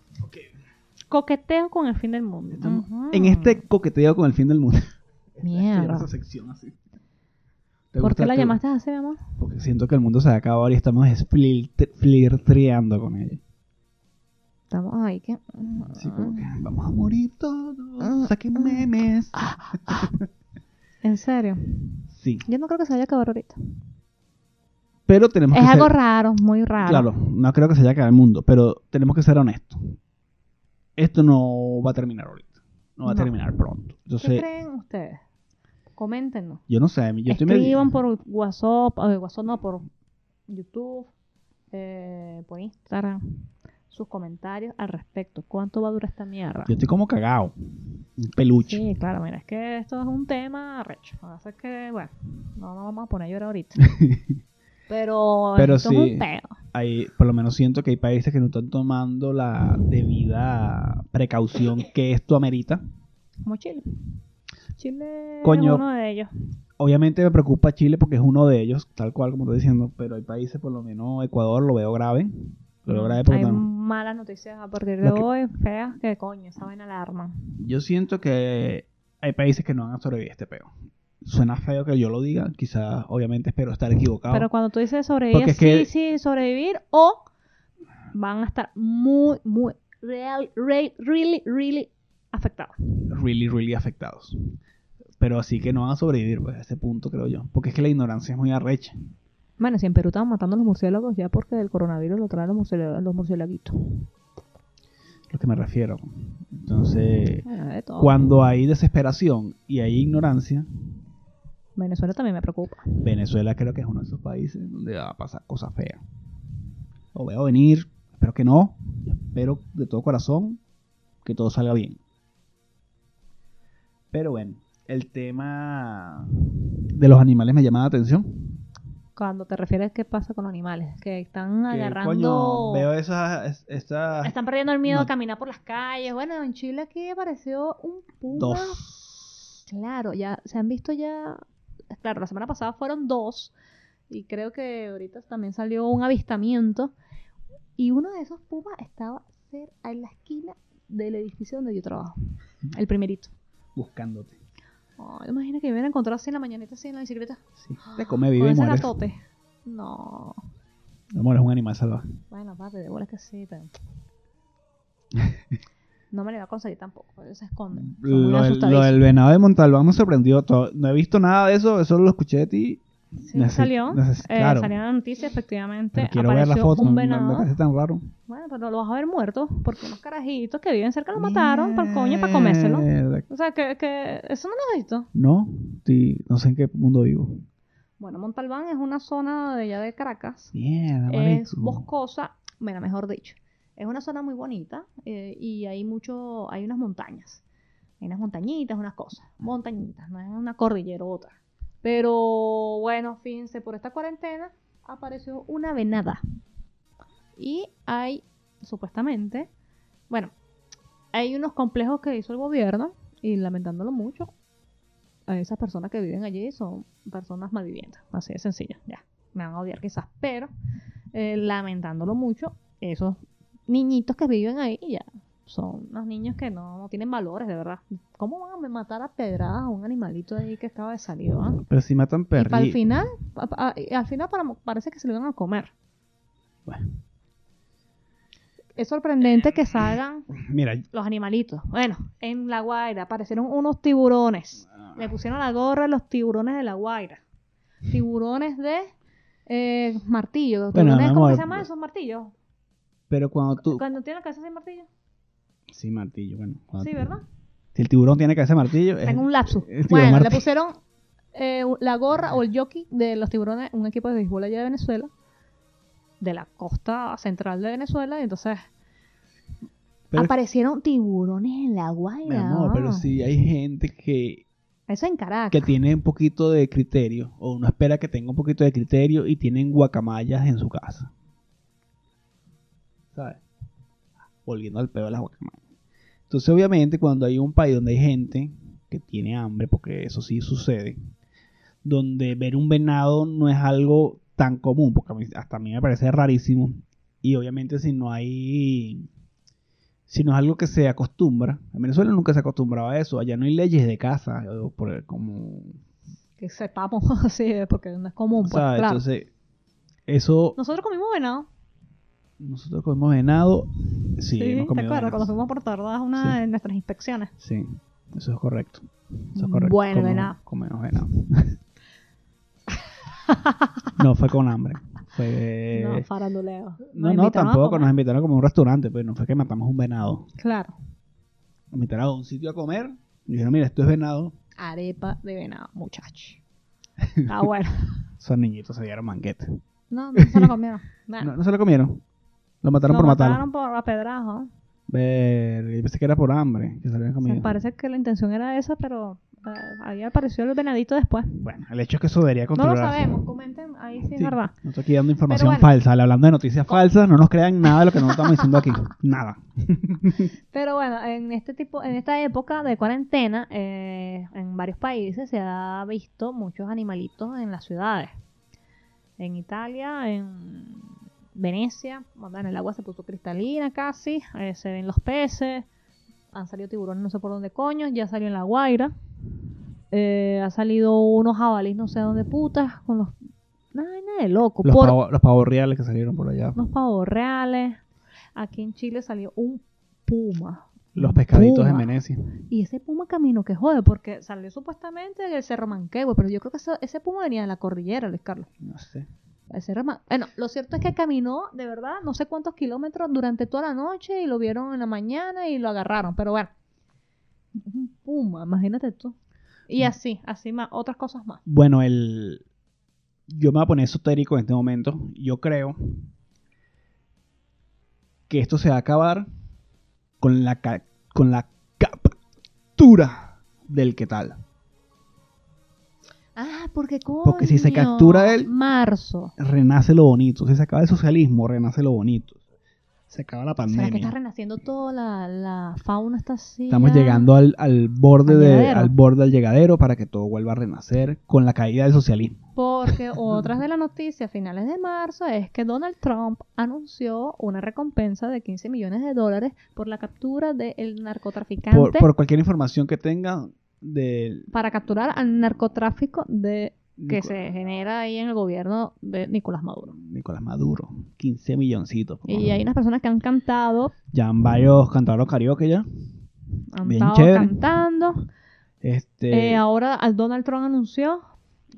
Speaker 2: Coqueteo con el fin del mundo.
Speaker 1: Estamos
Speaker 2: Ujú.
Speaker 1: En este coqueteo con el fin del mundo.
Speaker 2: Mierda.
Speaker 1: Esa sección así. ¿Te
Speaker 2: ¿Por
Speaker 1: gusta-
Speaker 2: qué la
Speaker 1: te-
Speaker 2: llamaste así, mi amor?
Speaker 1: Porque siento que el mundo se va a acabar y estamos flirt- flirteando con ella.
Speaker 2: Estamos ahí que. Ah,
Speaker 1: Así como que vamos a morir todos, saquen memes.
Speaker 2: En serio.
Speaker 1: Sí,
Speaker 2: Yo no creo que se vaya a acabar ahorita.
Speaker 1: pero tenemos que
Speaker 2: Es algo
Speaker 1: ser-
Speaker 2: raro, muy raro.
Speaker 1: Claro, no creo que se haya acabado el mundo, pero tenemos que ser honestos. Esto no va a terminar ahorita. No va a
Speaker 2: No.
Speaker 1: terminar pronto.
Speaker 2: ¿Qué
Speaker 1: Entonces,
Speaker 2: creen ustedes? Coméntenos.
Speaker 1: yo no sé, yo estoy medio...
Speaker 2: Escriban por WhatsApp, eh, WhatsApp no, por YouTube, eh, por Instagram, sus comentarios al respecto. ¿Cuánto va a durar esta mierda?
Speaker 1: Yo estoy como cagado. Un peluche.
Speaker 2: Sí, claro, mira, es que esto es un tema recho. Lo que pasa es que, bueno, no nos vamos a poner a llorar ahorita. Pero,
Speaker 1: Pero
Speaker 2: esto es
Speaker 1: sí.
Speaker 2: un pedo.
Speaker 1: hay, por lo menos siento que hay países que no están tomando la debida precaución que esto amerita.
Speaker 2: Como Chile. Chile
Speaker 1: Coño.
Speaker 2: es uno de ellos.
Speaker 1: Obviamente me preocupa Chile porque es uno de ellos, tal cual como estoy diciendo, pero hay países, por lo menos Ecuador, lo veo grave. Lo veo grave porque
Speaker 2: Mm, Hay
Speaker 1: no-
Speaker 2: malas noticias a partir de
Speaker 1: Lo que-
Speaker 2: hoy, feas, que coño, esa vaina alarma.
Speaker 1: Yo siento que hay países que no van a sobrevivir a este peo. Suena feo que yo lo diga, quizás, obviamente, espero estar equivocado.
Speaker 2: Pero cuando tú dices sobrevivir,
Speaker 1: Porque es
Speaker 2: sí,
Speaker 1: que-
Speaker 2: sí, sobrevivir, o van a estar muy, muy, real, real- really, really afectados.
Speaker 1: really, really afectados. Pero así que no van a sobrevivir, pues, a ese punto, creo yo. Porque es que la ignorancia es muy arrecha.
Speaker 2: Bueno, si en Perú estaban matando a los murciélagos ya porque del coronavirus lo traen los, murciélag- los murciélaguitos.
Speaker 1: Lo que me refiero. Entonces,
Speaker 2: Bueno, de todo.
Speaker 1: cuando hay desesperación y hay ignorancia,
Speaker 2: Venezuela también me preocupa.
Speaker 1: Venezuela creo que es uno de esos países donde va a pasar cosas feas. Lo veo venir, espero que no, y espero de todo corazón que todo salga bien. Pero bueno, el tema de los animales me llama la atención.
Speaker 2: Cuando te refieres a qué pasa con los animales, que están
Speaker 1: Que,
Speaker 2: agarrando...
Speaker 1: coño, veo esas, esas
Speaker 2: Están perdiendo el miedo
Speaker 1: No.
Speaker 2: a caminar por las calles. Bueno, en Chile aquí apareció un puma.
Speaker 1: dos.
Speaker 2: Claro, ya se han visto ya. Claro, la semana pasada fueron dos. Y creo que ahorita también salió un avistamiento. Y uno de esos pumas estaba cer- en la esquina del edificio donde yo trabajo. El primerito.
Speaker 1: buscándote.
Speaker 2: Ay, imagina que me hubiera encontrado así en la mañanita, así en la bicicleta.
Speaker 1: Sí, Te come, vive
Speaker 2: Con
Speaker 1: y
Speaker 2: ese
Speaker 1: muere.
Speaker 2: gatote. No.
Speaker 1: Amor, es un animal salvaje.
Speaker 2: Bueno, papi, de bola que sí, pero. No me le va a conseguir tampoco, porque se esconden. Son muy
Speaker 1: Lo, del- lo
Speaker 2: asustadísimos.
Speaker 1: del venado de Montalbán me sorprendió. todo. No he visto nada de eso, eso lo escuché de ti.
Speaker 2: Sí,
Speaker 1: Neces-
Speaker 2: salió.
Speaker 1: neces-
Speaker 2: eh,
Speaker 1: claro.
Speaker 2: Salió la noticia, efectivamente.
Speaker 1: Pero quiero ver la
Speaker 2: apareció
Speaker 1: foto,
Speaker 2: Un
Speaker 1: me, me- me
Speaker 2: venado.
Speaker 1: parece tan raro.
Speaker 2: Bueno, pero lo vas a ver muerto porque unos carajitos que viven cerca lo mataron para coño, para comérselo.
Speaker 1: Mierda.
Speaker 2: O sea, que, que eso no lo has visto.
Speaker 1: No, sí, no sé en qué mundo vivo.
Speaker 2: Bueno, Montalbán es una zona de allá de Caracas.
Speaker 1: Mierda,
Speaker 2: es
Speaker 1: marico.
Speaker 2: boscosa, bueno, mejor dicho. Es una zona muy bonita eh, y hay mucho, hay unas montañas. Hay unas montañitas, unas cosas. Montañitas, no es una cordillerota. Pero bueno, fíjense, por esta cuarentena apareció una venada. Y hay, supuestamente, bueno, hay unos complejos que hizo el gobierno y lamentándolo mucho, a esas personas que viven allí son personas malvivientes. Así de sencillo, ya. Me van a odiar quizás, pero eh, lamentándolo mucho, esos niñitos que viven ahí ya son unos niños que no, no tienen valores, de verdad. ¿Cómo van a matar a pedradas a un animalito ahí que acaba de salir? ah?
Speaker 1: Pero si matan
Speaker 2: Y para el
Speaker 1: perritos.
Speaker 2: final, pa- pa- y al final para- parece que se lo iban a comer.
Speaker 1: Bueno.
Speaker 2: Es sorprendente que salgan
Speaker 1: Mira,
Speaker 2: los animalitos. Bueno, en La Guaira aparecieron unos tiburones. Le pusieron la gorra a los tiburones de La Guaira. Tiburones de eh, martillo.
Speaker 1: Bueno,
Speaker 2: Tiburones,
Speaker 1: mi
Speaker 2: ¿Cómo
Speaker 1: amor,
Speaker 2: que se llaman esos martillos?
Speaker 1: pero cuando tú.
Speaker 2: Cuando tienen la cabeza sin martillo.
Speaker 1: Sí, martillo, bueno. cuando
Speaker 2: Sí,
Speaker 1: tú-
Speaker 2: ¿verdad?
Speaker 1: Si el tiburón tiene cabeza de martillo. es-
Speaker 2: Tengo un lapsus.
Speaker 1: el tiburón
Speaker 2: Bueno, le
Speaker 1: martillo.
Speaker 2: pusieron eh, la gorra o el jockey de los tiburones, un equipo de béisbol allá de Venezuela, de la costa central de Venezuela, y entonces
Speaker 1: Pero-
Speaker 2: aparecieron tiburones en la
Speaker 1: Mi
Speaker 2: guaira.
Speaker 1: amor, pero si hay gente que,
Speaker 2: Eso en Caracas.
Speaker 1: que tiene un poquito de criterio, o uno espera que tenga un poquito de criterio y tienen guacamayas en su casa. ¿Sabes? Volviendo al pedo de las guacamayas. Entonces, obviamente, cuando hay un país donde hay gente que tiene hambre, porque eso sí sucede, donde ver un venado no es algo tan común, porque a mí- hasta a mí me parece rarísimo. Y obviamente, si no hay. Si no es algo que se acostumbra, en Venezuela nunca se acostumbraba a eso, allá no hay leyes de casa, o por- como
Speaker 2: Que sepamos así, porque no es común. Pues,
Speaker 1: ¿Sabes?
Speaker 2: claro.
Speaker 1: Entonces, eso,
Speaker 2: Nosotros comimos venado.
Speaker 1: nosotros comemos venado. Sí,
Speaker 2: Sí,
Speaker 1: hemos
Speaker 2: ¿te
Speaker 1: comido
Speaker 2: acuerdas? Cuando
Speaker 1: venado.
Speaker 2: fuimos por tardadas una
Speaker 1: Sí.
Speaker 2: de nuestras inspecciones.
Speaker 1: Sí, eso es correcto. Eso es correcto.
Speaker 2: Bueno,
Speaker 1: Comemos-
Speaker 2: venado.
Speaker 1: Comemos venado. no, fue con hambre. Fue...
Speaker 2: no, faranduleo. Nos
Speaker 1: Eh, No, no,
Speaker 2: invitaron a
Speaker 1: tampoco.
Speaker 2: comer.
Speaker 1: Nos invitaron como a un restaurante, pero no fue que matamos un venado.
Speaker 2: Claro.
Speaker 1: Nos invitaron a un sitio a comer. Y dijeron, mira, esto es venado.
Speaker 2: Arepa de venado, muchacho. Ah, bueno.
Speaker 1: Esos niñitos se dieron manguete.
Speaker 2: No, no se lo comieron. Nah.
Speaker 1: No, no se lo comieron. Lo mataron
Speaker 2: Ah. Lo
Speaker 1: por matarlo.
Speaker 2: mataron por a pedrajo.
Speaker 1: Ver, yo pensé que era por hambre que se lo habían
Speaker 2: O sea,
Speaker 1: comido.
Speaker 2: parece que la intención era esa, pero eh, ahí apareció el venadito después.
Speaker 1: Bueno, el hecho es que eso debería
Speaker 2: No lo
Speaker 1: controlarse.
Speaker 2: sabemos, comenten ahí si es
Speaker 1: Sí,
Speaker 2: verdad.
Speaker 1: No estoy aquí dando información
Speaker 2: bueno. Oh.
Speaker 1: falsa, hablando de noticias falsas, no nos crean nada de lo que nos estamos diciendo aquí. Nada.
Speaker 2: Pero bueno, en este tipo, en esta época de cuarentena, eh, en varios países se ha visto muchos animalitos en las ciudades. En Italia, en Venecia, bueno, el agua se puso cristalina casi, eh, se ven los peces, han salido tiburones no sé por dónde coño, ya salió en la Guaira, eh, ha salido unos jabalís no sé dónde putas, con los... Ay, nada de loco.
Speaker 1: Los,
Speaker 2: por-
Speaker 1: pavo- los pavos reales que salieron por allá.
Speaker 2: unos pavos reales. Aquí en Chile salió un puma.
Speaker 1: Los pescaditos
Speaker 2: Puma.
Speaker 1: de Menezes.
Speaker 2: Y ese puma camino que jode, porque salió supuestamente del Cerro Manquehue, pero yo creo que ese, ese puma venía de la cordillera, Luis Carlos.
Speaker 1: No sé.
Speaker 2: El Cerro Man- Bueno, lo cierto es que caminó, de verdad, no sé cuántos kilómetros durante toda la noche y lo vieron en la mañana y lo agarraron, pero bueno. Un puma, imagínate tú. Y así, así más, otras cosas más.
Speaker 1: Bueno, el. Yo me voy a poner esotérico en este momento. Yo creo que esto se va a acabar con la, ca- con la captura del que tal.
Speaker 2: Ah, porque coño.
Speaker 1: Porque si se captura él-
Speaker 2: Marzo.
Speaker 1: Renace lo bonito. Si se acaba el socialismo, renace lo bonito. Se acaba la
Speaker 2: ¿Será que está
Speaker 1: pandemia.
Speaker 2: renaciendo toda la, la fauna? Está así.
Speaker 1: Estamos
Speaker 2: ya?
Speaker 1: llegando al, al borde
Speaker 2: Al
Speaker 1: de,
Speaker 2: llegadero.
Speaker 1: al borde del llegadero para que todo vuelva a renacer con la caída del socialismo.
Speaker 2: Porque otras de las noticias a finales de marzo es que Donald Trump anunció una recompensa de 15 millones de dólares por la captura del narcotraficante.
Speaker 1: Por, por cualquier información que tengan del
Speaker 2: Para capturar al narcotráfico de que se genera ahí en el gobierno de Nicolás Maduro.
Speaker 1: Nicolás Maduro. 15 milloncitos. por
Speaker 2: Y
Speaker 1: favor.
Speaker 2: hay unas personas que han cantado,
Speaker 1: Ya han varios cantadores karaoke ya.
Speaker 2: han
Speaker 1: Bien
Speaker 2: estado
Speaker 1: chévere.
Speaker 2: cantando.
Speaker 1: Este,
Speaker 2: Eh, ahora al Donald Trump anunció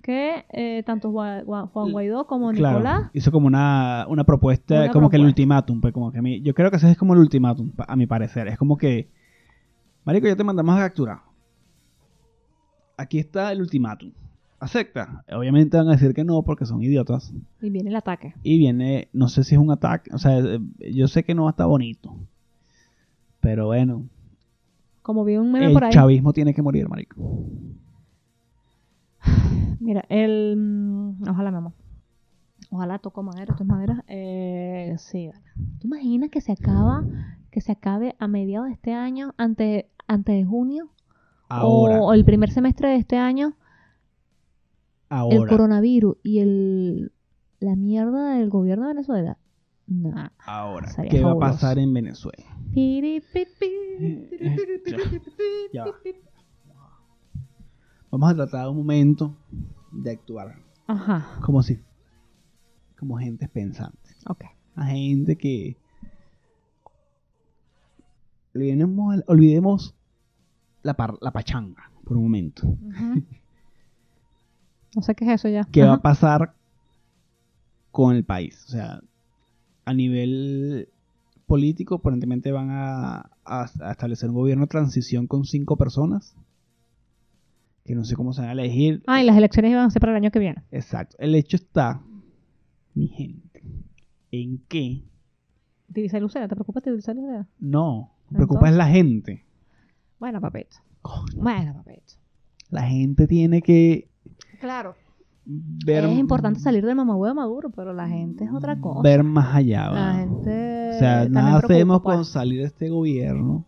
Speaker 2: que eh, tanto Gua- Gua- Juan Guaidó como
Speaker 1: claro,
Speaker 2: Nicolás
Speaker 1: hizo como una, una propuesta,
Speaker 2: Una
Speaker 1: como que el
Speaker 2: propuesta.
Speaker 1: ultimátum, pues como que a mí, yo creo que ese es como el ultimátum, pa- a mi parecer. Es como que, marico, ya te mandamos a capturar. Aquí está el ultimátum. Acepta. Obviamente van a decir que no porque son idiotas.
Speaker 2: y viene el ataque.
Speaker 1: Y viene, no sé si es un ataque, o sea, eh, yo sé que no está bonito. Pero bueno,
Speaker 2: Como vi un meme
Speaker 1: el
Speaker 2: por ahí.
Speaker 1: chavismo tiene que morir, marico.
Speaker 2: Mira, el. mm, Ojalá, mi amor. Ojalá toco madera, esto es madera. Eh, sí, vale. ¿Tú imaginas que se acaba, que se acabe a mediados de este año, antes, antes de junio?
Speaker 1: Ahora,
Speaker 2: O el primer semestre de este año, el
Speaker 1: ahora,
Speaker 2: coronavirus y el la mierda del gobierno de Venezuela. Nah.
Speaker 1: ahora.
Speaker 2: Sería
Speaker 1: ¿Qué va a
Speaker 2: fabuloso.
Speaker 1: pasar en Venezuela?
Speaker 2: Piripipi,
Speaker 1: Ya va. Vamos a tratar un momento de actuar
Speaker 2: Ajá,
Speaker 1: como si, como gentes pensantes,
Speaker 2: ok.
Speaker 1: a gente que olvidemos, olvidemos la, par- la pachanga por un momento.
Speaker 2: Ujú. No sé qué es eso ya.
Speaker 1: ¿Qué va
Speaker 2: Ajá.
Speaker 1: a pasar con el país? O sea, a nivel político, aparentemente van a, a- a establecer un gobierno de transición con cinco personas. Que no sé cómo se van a elegir.
Speaker 2: Ah, y las elecciones iban a ser para el año que viene.
Speaker 1: Exacto. El hecho está, mi gente, en que
Speaker 2: Dice Lucera, ¿te preocupas de Dice Lucera?
Speaker 1: no, me preocupa es la gente.
Speaker 2: Bueno, papito.
Speaker 1: Coño,
Speaker 2: Bueno, papito.
Speaker 1: La gente tiene que
Speaker 2: Claro.
Speaker 1: ver.
Speaker 2: es importante salir del mamagüeo maduro, pero la gente es otra cosa.
Speaker 1: Ver más allá.
Speaker 2: la
Speaker 1: ¿va?
Speaker 2: gente.
Speaker 1: O sea,
Speaker 2: también
Speaker 1: nada hacemos
Speaker 2: preocupa.
Speaker 1: con salir de este gobierno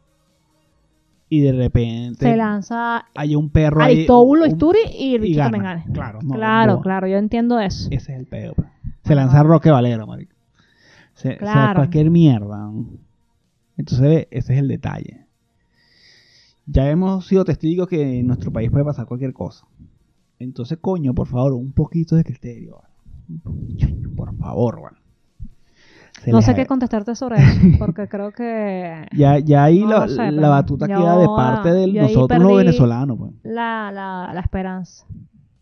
Speaker 1: y de repente
Speaker 2: Se lanza
Speaker 1: hay un perro ahí.
Speaker 2: Aristóbulo
Speaker 1: este un-
Speaker 2: Isturi y el bicho
Speaker 1: gana.
Speaker 2: también gana.
Speaker 1: Claro, no,
Speaker 2: claro,
Speaker 1: boba.
Speaker 2: claro, yo entiendo eso.
Speaker 1: Ese es el peor. pues. Se lanza Roque Valero, marico. Se- o sea,
Speaker 2: Claro.
Speaker 1: cualquier mierda. ¿no? Entonces, ese es el detalle. Ya hemos sido testigos que en nuestro país puede pasar cualquier cosa. Entonces, coño, por favor, un poquito de criterio. ¿vale? Un poquito, Por favor, ¿vale? Se
Speaker 2: No
Speaker 1: les
Speaker 2: sé
Speaker 1: ha-
Speaker 2: qué contestarte sobre eso, porque creo que
Speaker 1: Ya, ya ahí
Speaker 2: No
Speaker 1: la,
Speaker 2: lo sé,
Speaker 1: la
Speaker 2: pero
Speaker 1: batuta
Speaker 2: yo-
Speaker 1: queda de parte de
Speaker 2: yo ahí
Speaker 1: nosotros los
Speaker 2: perdí-
Speaker 1: venezolanos, pues.
Speaker 2: la, la, la esperanza.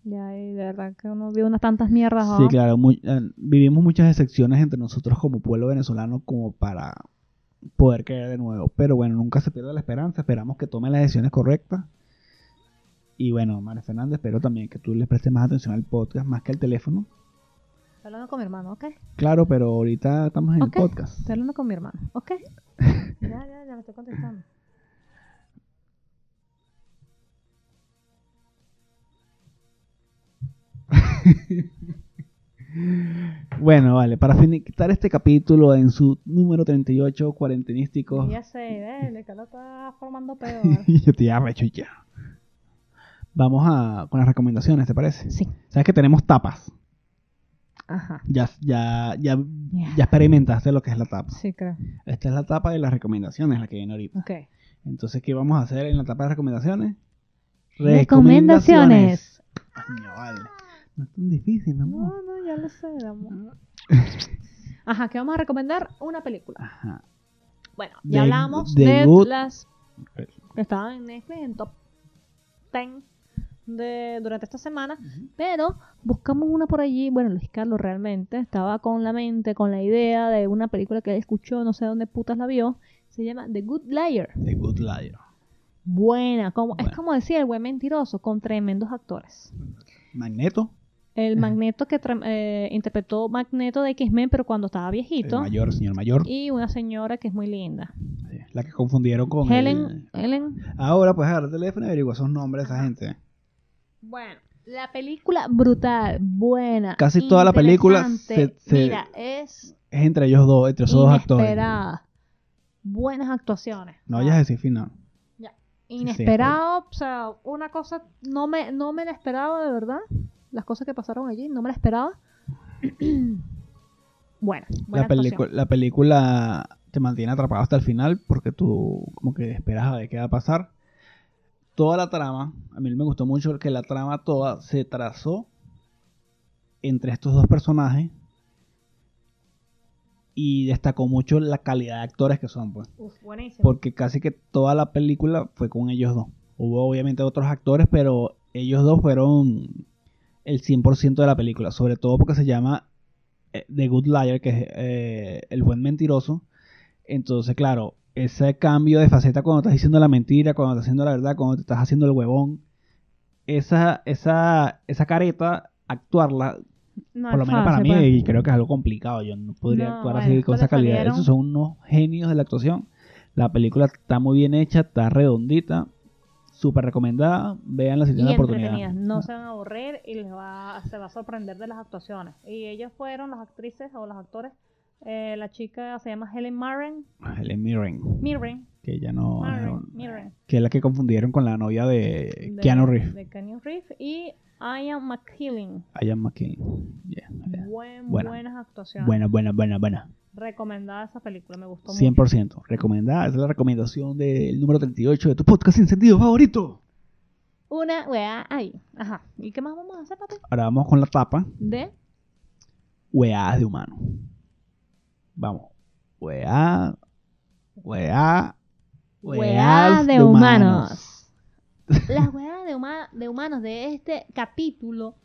Speaker 2: Ya, y de verdad que uno vio unas tantas mierdas. ¿no?
Speaker 1: Sí, claro, mu- eh, vivimos muchas excepciones entre nosotros como pueblo venezolano como para poder caer de nuevo. Pero bueno, nunca se pierde la esperanza, esperamos que tomen las decisiones correctas. Y bueno, María Fernández, espero también que tú le prestes más atención al podcast, más que al teléfono.
Speaker 2: Estoy hablando con mi hermano, ¿ok?
Speaker 1: Claro, pero ahorita estamos en
Speaker 2: Ok.
Speaker 1: el podcast.
Speaker 2: Estoy hablando con mi hermano, ¿ok? ya, ya, ya me estoy contestando.
Speaker 1: Bueno, vale, para finiquitar este capítulo en su número 38, cuarentenísticos.
Speaker 2: Ya sé, dale, eh, que lo está formando peor.
Speaker 1: Yo te llamo, chucha. Vamos a, con las recomendaciones, ¿te parece?
Speaker 2: Sí.
Speaker 1: Sabes que tenemos tapas.
Speaker 2: Ajá.
Speaker 1: Ya, ya, ya,
Speaker 2: Ya.
Speaker 1: ya experimentaste lo que es la tapa.
Speaker 2: Sí, creo.
Speaker 1: Esta es la tapa de las recomendaciones, la que viene ahorita.
Speaker 2: Ok.
Speaker 1: Entonces, ¿qué vamos a hacer en la etapa de recomendaciones?
Speaker 2: Recomendaciones.
Speaker 1: Coño, vale. No es tan difícil, mi amor.
Speaker 2: No, no, ya lo sé, amor. Ajá, que vamos a recomendar una película.
Speaker 1: Ajá.
Speaker 2: Bueno, ya
Speaker 1: The-
Speaker 2: hablamos
Speaker 1: The
Speaker 2: de
Speaker 1: Good-
Speaker 2: las que estaban en Netflix en top 10 de, durante esta semana, pero buscamos una por allí. Bueno, Luis Carlos realmente estaba con la mente, con la idea de una película que él escuchó, no sé dónde putas la vio. Se llama The Good Liar.
Speaker 1: The Good Liar.
Speaker 2: Buena, como,
Speaker 1: Buena.
Speaker 2: es como decía el buen mentiroso, con tremendos actores.
Speaker 1: Magneto,
Speaker 2: El
Speaker 1: Ajá.
Speaker 2: Magneto que tra- eh, interpretó Magneto de X-Men, pero cuando estaba
Speaker 1: el
Speaker 2: viejito.
Speaker 1: mayor, señor mayor.
Speaker 2: Y una señora que es muy linda.
Speaker 1: Sí, La que confundieron con
Speaker 2: Helen,
Speaker 1: el-
Speaker 2: Helen
Speaker 1: Ahora puedes agarrar el teléfono y averiguar esos nombres de esa gente.
Speaker 2: Bueno, la película brutal, buena.
Speaker 1: Casi toda la película
Speaker 2: interesante.
Speaker 1: se- se-
Speaker 2: Mira, es
Speaker 1: Es entre ellos dos, entre esos dos actores.
Speaker 2: inesperada. Buenas actuaciones.
Speaker 1: No
Speaker 2: O
Speaker 1: vayas a
Speaker 2: sea,
Speaker 1: decir final. pues.
Speaker 2: Inesperado, o sea, una cosa, no me, no me la esperaba de verdad. Las cosas que pasaron allí, no me la esperaba. bueno, buena
Speaker 1: La, pelicu-
Speaker 2: actuación.
Speaker 1: la película te mantiene atrapado hasta el final porque tú como que esperas a ver qué va a pasar. Toda la trama, a mí me gustó mucho que la trama toda se trazó entre estos dos personajes y destacó mucho la calidad de actores que son, pues.
Speaker 2: Uf, buenísimo.
Speaker 1: porque casi que toda la película fue con ellos dos. Hubo obviamente otros actores, pero ellos dos fueron el 100% de la película, sobre todo porque se llama eh, The Good Liar, que es eh, el buen mentiroso. Entonces, claro, ese cambio de faceta cuando estás diciendo la mentira, cuando estás haciendo la verdad, cuando te estás haciendo el huevón, esa, esa, esa careta, actuarla,
Speaker 2: No
Speaker 1: por lo
Speaker 2: es
Speaker 1: menos para
Speaker 2: fácil,
Speaker 1: mí,
Speaker 2: pues.
Speaker 1: y creo que es algo complicado. Yo no podría
Speaker 2: No,
Speaker 1: actuar
Speaker 2: bueno,
Speaker 1: así con esa
Speaker 2: esto le
Speaker 1: calidad.
Speaker 2: salieron-
Speaker 1: Esos son unos genios de la actuación. La película está muy bien hecha, está redondita, súper recomendada. Veanla si
Speaker 2: y
Speaker 1: tienen la oportunidad.
Speaker 2: entretenidas. No se van a aburrir y les va, se va a sorprender de las actuaciones. Y ellas fueron las actrices o los actores. eh, la chica se llama Helen Mirren.
Speaker 1: Ah, Helen Mirren,
Speaker 2: Mirren.
Speaker 1: que ya Oh, no.
Speaker 2: Mirren. Mirren.
Speaker 1: Que es la que confundieron con la novia de,
Speaker 2: de-
Speaker 1: Keanu Reeves.
Speaker 2: De Keanu Reeves. Y Ian McKellen.
Speaker 1: Ian McKellen. Yeah, yeah.
Speaker 2: Buen,
Speaker 1: Buena.
Speaker 2: Buenas actuaciones.
Speaker 1: Buena, buena, buena, buena.
Speaker 2: Recomendada esa película. Me gustó
Speaker 1: 100%. Recomendada. Esa es la recomendación del número 38 de tu podcast sin sentido favorito.
Speaker 2: mucho. Una weá ahí. Ajá. ¿Y qué más vamos a hacer, papi?
Speaker 1: Ahora vamos con la tapa.
Speaker 2: De.
Speaker 1: weadas de humano. Vamos. Weá. Weá.
Speaker 2: Weá de humanos. Las weas de, huma- de humanos de este capítulo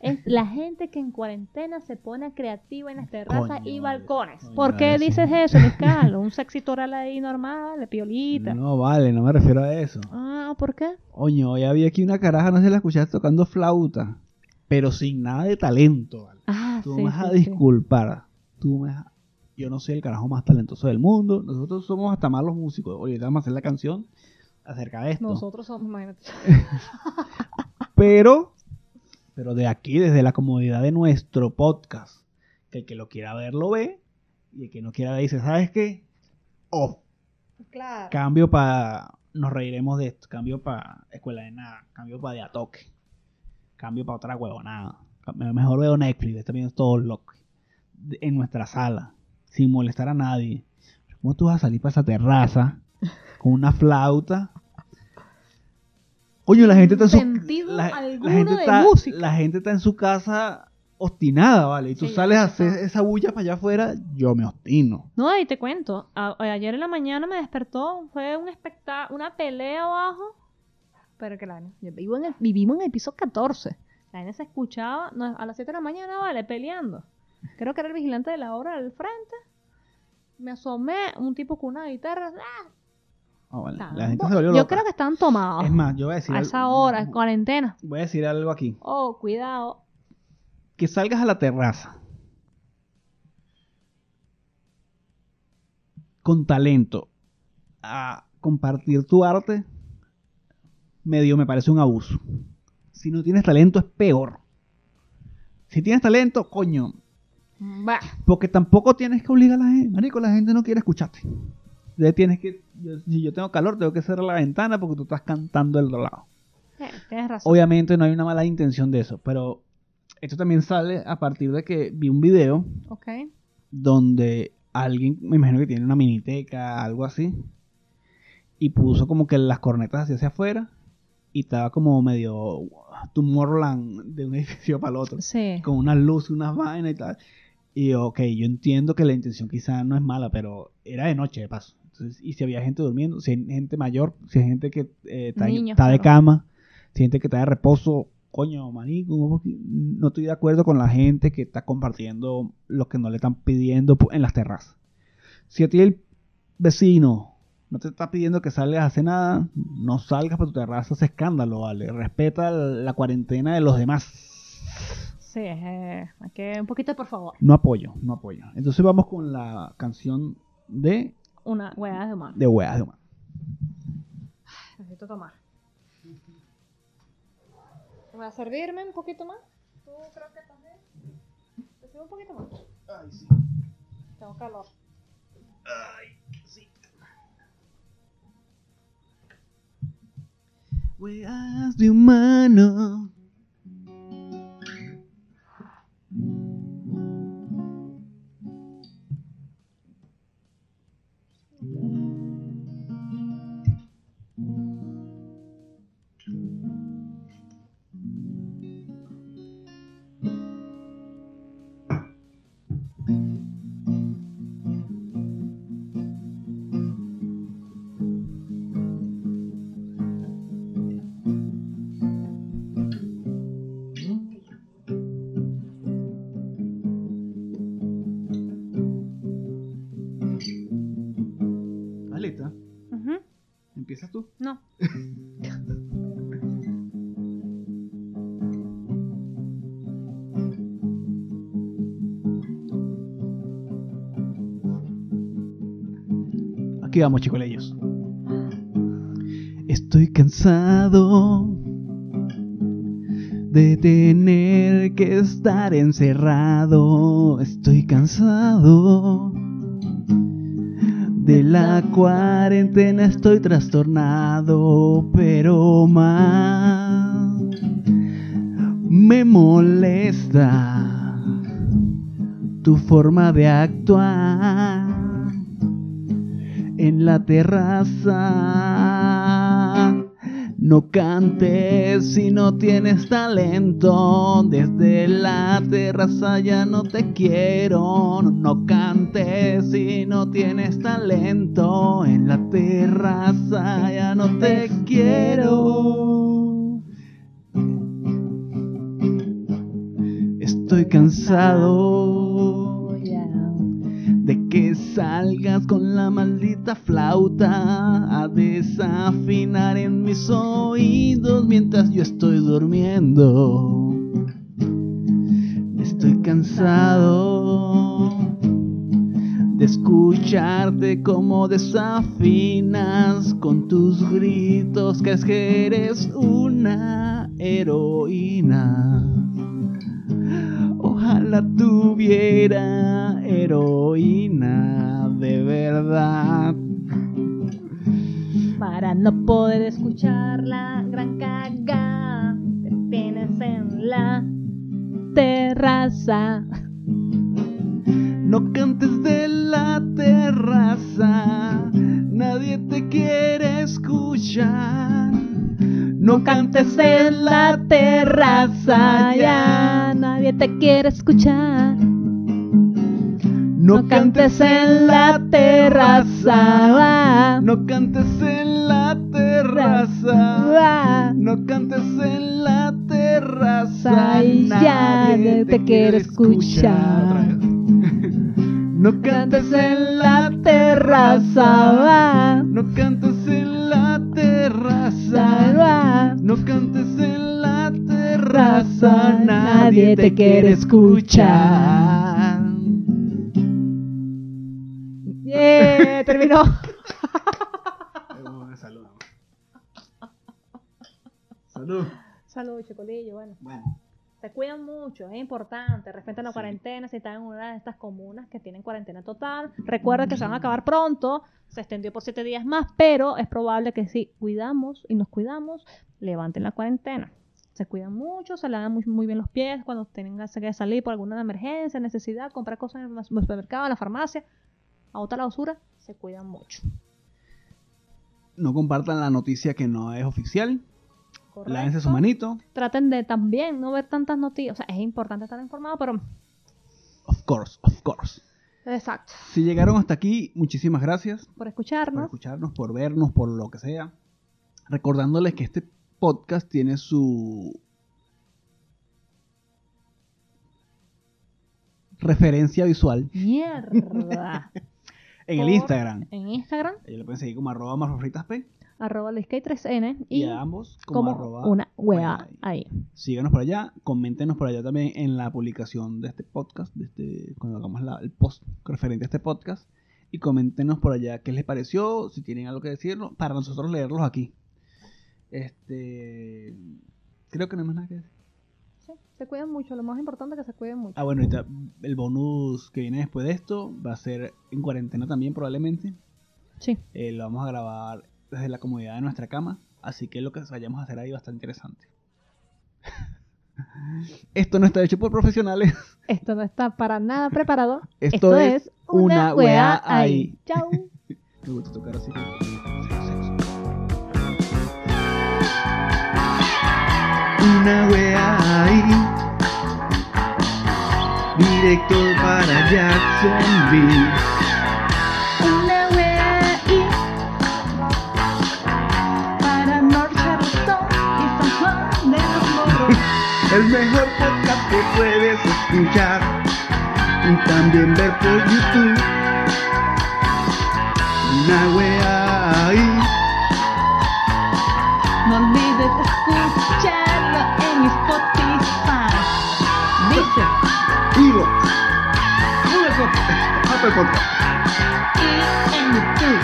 Speaker 2: es la gente que en cuarentena se pone creativa en las terrazas
Speaker 1: Coño,
Speaker 2: y
Speaker 1: vale.
Speaker 2: balcones.
Speaker 1: Coño,
Speaker 2: ¿Por qué
Speaker 1: vale, sí.
Speaker 2: dices eso, Luis Carlos? Un sexy oral ahí normal, de piolita.
Speaker 1: No, vale, no me refiero a eso.
Speaker 2: Ah, ¿por qué?
Speaker 1: Oño, hoy había aquí una caraja, no sé si la escuchaste tocando flauta. Pero sin nada de talento, ¿vale?
Speaker 2: Ah,
Speaker 1: Tú
Speaker 2: sí,
Speaker 1: me vas a
Speaker 2: sí, sí.
Speaker 1: disculpar. Tú me vas a- Yo no soy el carajo más talentoso del mundo. Nosotros somos hasta malos músicos. Oye, vamos a hacer la canción acerca de esto.
Speaker 2: Nosotros somos, imagínate.
Speaker 1: Pero, pero de aquí, desde la comodidad de nuestro podcast, que el que lo quiera ver lo ve, y el que no quiera ver dice, ¿sabes qué? Off.
Speaker 2: Claro.
Speaker 1: Cambio para, nos reiremos de esto, cambio para escuela de nada, cambio para de a toque, cambio para otra huevonada. Me- Mejor veo Netflix, está viendo todo loco, de- en nuestra sala, sin molestar a nadie. ¿Cómo tú vas a salir para esa terraza con una flauta? Coño, la gente está en su
Speaker 2: Sentido
Speaker 1: la, la
Speaker 2: alguno
Speaker 1: gente
Speaker 2: de
Speaker 1: está,
Speaker 2: música.
Speaker 1: la gente está en su casa obstinada, ¿vale? Y tú
Speaker 2: Sí,
Speaker 1: sales a hacer
Speaker 2: está.
Speaker 1: esa bulla para allá afuera, yo me obstino.
Speaker 2: No, y te cuento, a- ayer en la mañana me despertó, fue un espectá- una pelea abajo, pero que la vaina- yo vivo en el- vivimos en el piso 14, la gente se escuchaba no, a las 7 de la mañana, vale, peleando. Creo que era el vigilante de la obra del frente. Me asomé, un tipo con una guitarra. ¡ah!
Speaker 1: Ah, vale. La
Speaker 2: Estaban
Speaker 1: gente
Speaker 2: bo-
Speaker 1: se volvió
Speaker 2: Yo
Speaker 1: loca.
Speaker 2: creo que están tomados
Speaker 1: Es más, yo voy a decir
Speaker 2: a
Speaker 1: algo-
Speaker 2: esa hora, en cuarentena.
Speaker 1: Voy a decir algo aquí.
Speaker 2: Oh, cuidado.
Speaker 1: Que salgas a la terraza con talento a compartir tu arte, medio me parece un abuso. Si no tienes talento es peor. Si tienes talento, coño.
Speaker 2: Bah.
Speaker 1: Porque tampoco tienes que obligar a la gente. Marico, la gente no quiere escucharte. Ya tienes que. yo- si yo tengo calor, tengo que cerrar la ventana porque tú estás cantando del otro lado.
Speaker 2: Eh, Tienes razón.
Speaker 1: Obviamente no hay una mala intención de eso, pero esto también sale a partir de que vi un video
Speaker 2: Ok.
Speaker 1: donde alguien, me imagino que tiene una miniteca, algo así, y puso como que las cornetas así hacia afuera y estaba como medio Tomorrowland de un edificio para el otro,
Speaker 2: Sí.
Speaker 1: con unas luces, unas vainas y tal. Y ok, yo entiendo que la intención quizá no es mala, pero era de noche de paso. Entonces, y si había gente durmiendo, si hay gente mayor, si hay gente que eh, está,
Speaker 2: Niños,
Speaker 1: está de
Speaker 2: claro.
Speaker 1: cama, si hay gente que está de reposo, coño, manico, ¿cómo que no estoy de acuerdo con la gente que está compartiendo lo que no le están pidiendo pu- en las terrazas. Si a ti el vecino no te está pidiendo que salgas a hacer nada, no salgas para tu terraza, es escándalo, ¿vale? Respeta la cuarentena de los demás.
Speaker 2: Sí, eh, hay que- un poquito, por favor.
Speaker 1: No apoyo, no apoyo. Entonces vamos con la canción de
Speaker 2: Una hueá de humano.
Speaker 1: De Weas de Humano.
Speaker 2: Necesito tomar. ¿Me va a servirme un poquito más? ¿Tú creo que estás bien? ¿Te sirvo un poquito más?
Speaker 1: Ay, sí.
Speaker 2: Tengo calor.
Speaker 1: Weas de Humano. Aleta,
Speaker 2: Ujú.
Speaker 1: ¿empiezas tú?
Speaker 2: No.
Speaker 1: Aquí vamos, chicolellos. Estoy cansado de tener que estar encerrado. Estoy cansado de la cuarentena. Estoy trastornado, pero más me molesta tu forma de actuar en la terraza. No cantes si no tienes talento. Desde la terraza ya no te quiero. No cantes si no tienes talento. En la terraza ya no te quiero. Estoy cansado de que salgas con la maldita flauta a desafinar en mis oídos mientras yo estoy durmiendo. Estoy cansado de escucharte como desafinas con tus gritos, crees que eres una heroína. Ojalá tuviera heroína de verdad.
Speaker 2: Para no poder escuchar la gran cagada que tienes en la terraza.
Speaker 1: No cantes de la terraza, nadie te quiere escuchar. No cantes de la terraza
Speaker 2: Allá
Speaker 1: ya.
Speaker 2: nadie te quiere escuchar.
Speaker 1: No cantes en la terraza.
Speaker 2: Va,
Speaker 1: No cantes en la terraza.
Speaker 2: va.
Speaker 1: No cantes en la terraza,
Speaker 2: Ay, ya
Speaker 1: nadie
Speaker 2: no te quiere escuchar.
Speaker 1: Otra vez. No cantes en la
Speaker 2: Terraza
Speaker 1: terraza,
Speaker 2: va,
Speaker 1: no cantes en la terraza,
Speaker 2: va.
Speaker 1: no cantes en la terraza,
Speaker 2: Terraza,
Speaker 1: nadie te quiere escuchar.
Speaker 2: Yeah, terminó.
Speaker 1: Salud. Salud.
Speaker 2: Salud, chocolillo, bueno.
Speaker 1: Bueno,
Speaker 2: Se cuidan mucho, es importante. Respetan la
Speaker 1: Sí.
Speaker 2: cuarentena, si están en una de estas comunas que tienen cuarentena total. Recuerda que se van a acabar pronto, se extendió por siete días más, pero es probable que si cuidamos y nos cuidamos, levanten la cuarentena. Se cuidan mucho, se lavan muy, muy bien los pies cuando tengan que salir por alguna emergencia, necesidad, comprar cosas en el supermercado, en la farmacia, botar la basura, se cuidan mucho.
Speaker 1: No compartan la noticia que no es oficial. Lávense su
Speaker 2: Correcto.
Speaker 1: manito.
Speaker 2: traten de también no ver tantas noticias. O sea, es importante estar informado, pero.
Speaker 1: Of course, of course.
Speaker 2: Exacto.
Speaker 1: Si llegaron hasta aquí, muchísimas gracias
Speaker 2: Por
Speaker 1: por
Speaker 2: escucharnos.
Speaker 1: escucharnos, por vernos, por lo que sea. Recordándoles que este podcast tiene su referencia visual
Speaker 2: Mierda.
Speaker 1: en el
Speaker 2: Por-
Speaker 1: Instagram.
Speaker 2: en Instagram,
Speaker 1: Ellos lo pueden seguir como arroba más fritas P
Speaker 2: arroba LizK3N
Speaker 1: y,
Speaker 2: y
Speaker 1: a ambos como,
Speaker 2: como
Speaker 1: arroba
Speaker 2: una wea
Speaker 1: wea
Speaker 2: ahí.
Speaker 1: síganos por allá, coméntenos por allá también en la publicación de este podcast, de este, cuando hagamos la- el post referente a este podcast, y coméntenos por allá qué les pareció, si tienen algo que decirnos, para nosotros leerlos aquí. Este creo que no hay más nada que decir.
Speaker 2: Sí, se cuidan mucho. Lo más importante es que se cuiden mucho.
Speaker 1: Ah, bueno, ahorita el bonus que viene después de esto va a ser en cuarentena también probablemente.
Speaker 2: Sí.
Speaker 1: Eh, lo vamos a grabar desde la comodidad de nuestra cama, así que lo que vayamos a hacer ahí va a estar interesante. Esto no está hecho por profesionales.
Speaker 2: Esto no está para nada preparado.
Speaker 1: Esto, es, una
Speaker 2: wea
Speaker 1: wea ahí.
Speaker 2: Chau.
Speaker 1: Me gusta tocar así. Sexo, sexo. Una wea ahí. Directo para Jacksonville.
Speaker 2: una wea ahí. Para North Charleston y San Juan de los Morros.
Speaker 1: El mejor podcast que puedes escuchar y también ver por YouTube. Una wea ahí.
Speaker 2: No olvides escucharlo en Spotify. Dice
Speaker 1: Vivo. Google Podcast. Apple Podcast.
Speaker 2: y en YouTube.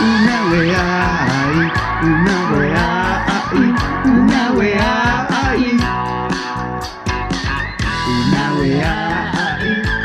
Speaker 1: Una wea ahí. Una wea ahí. Una wea ahí. Una wea ahí.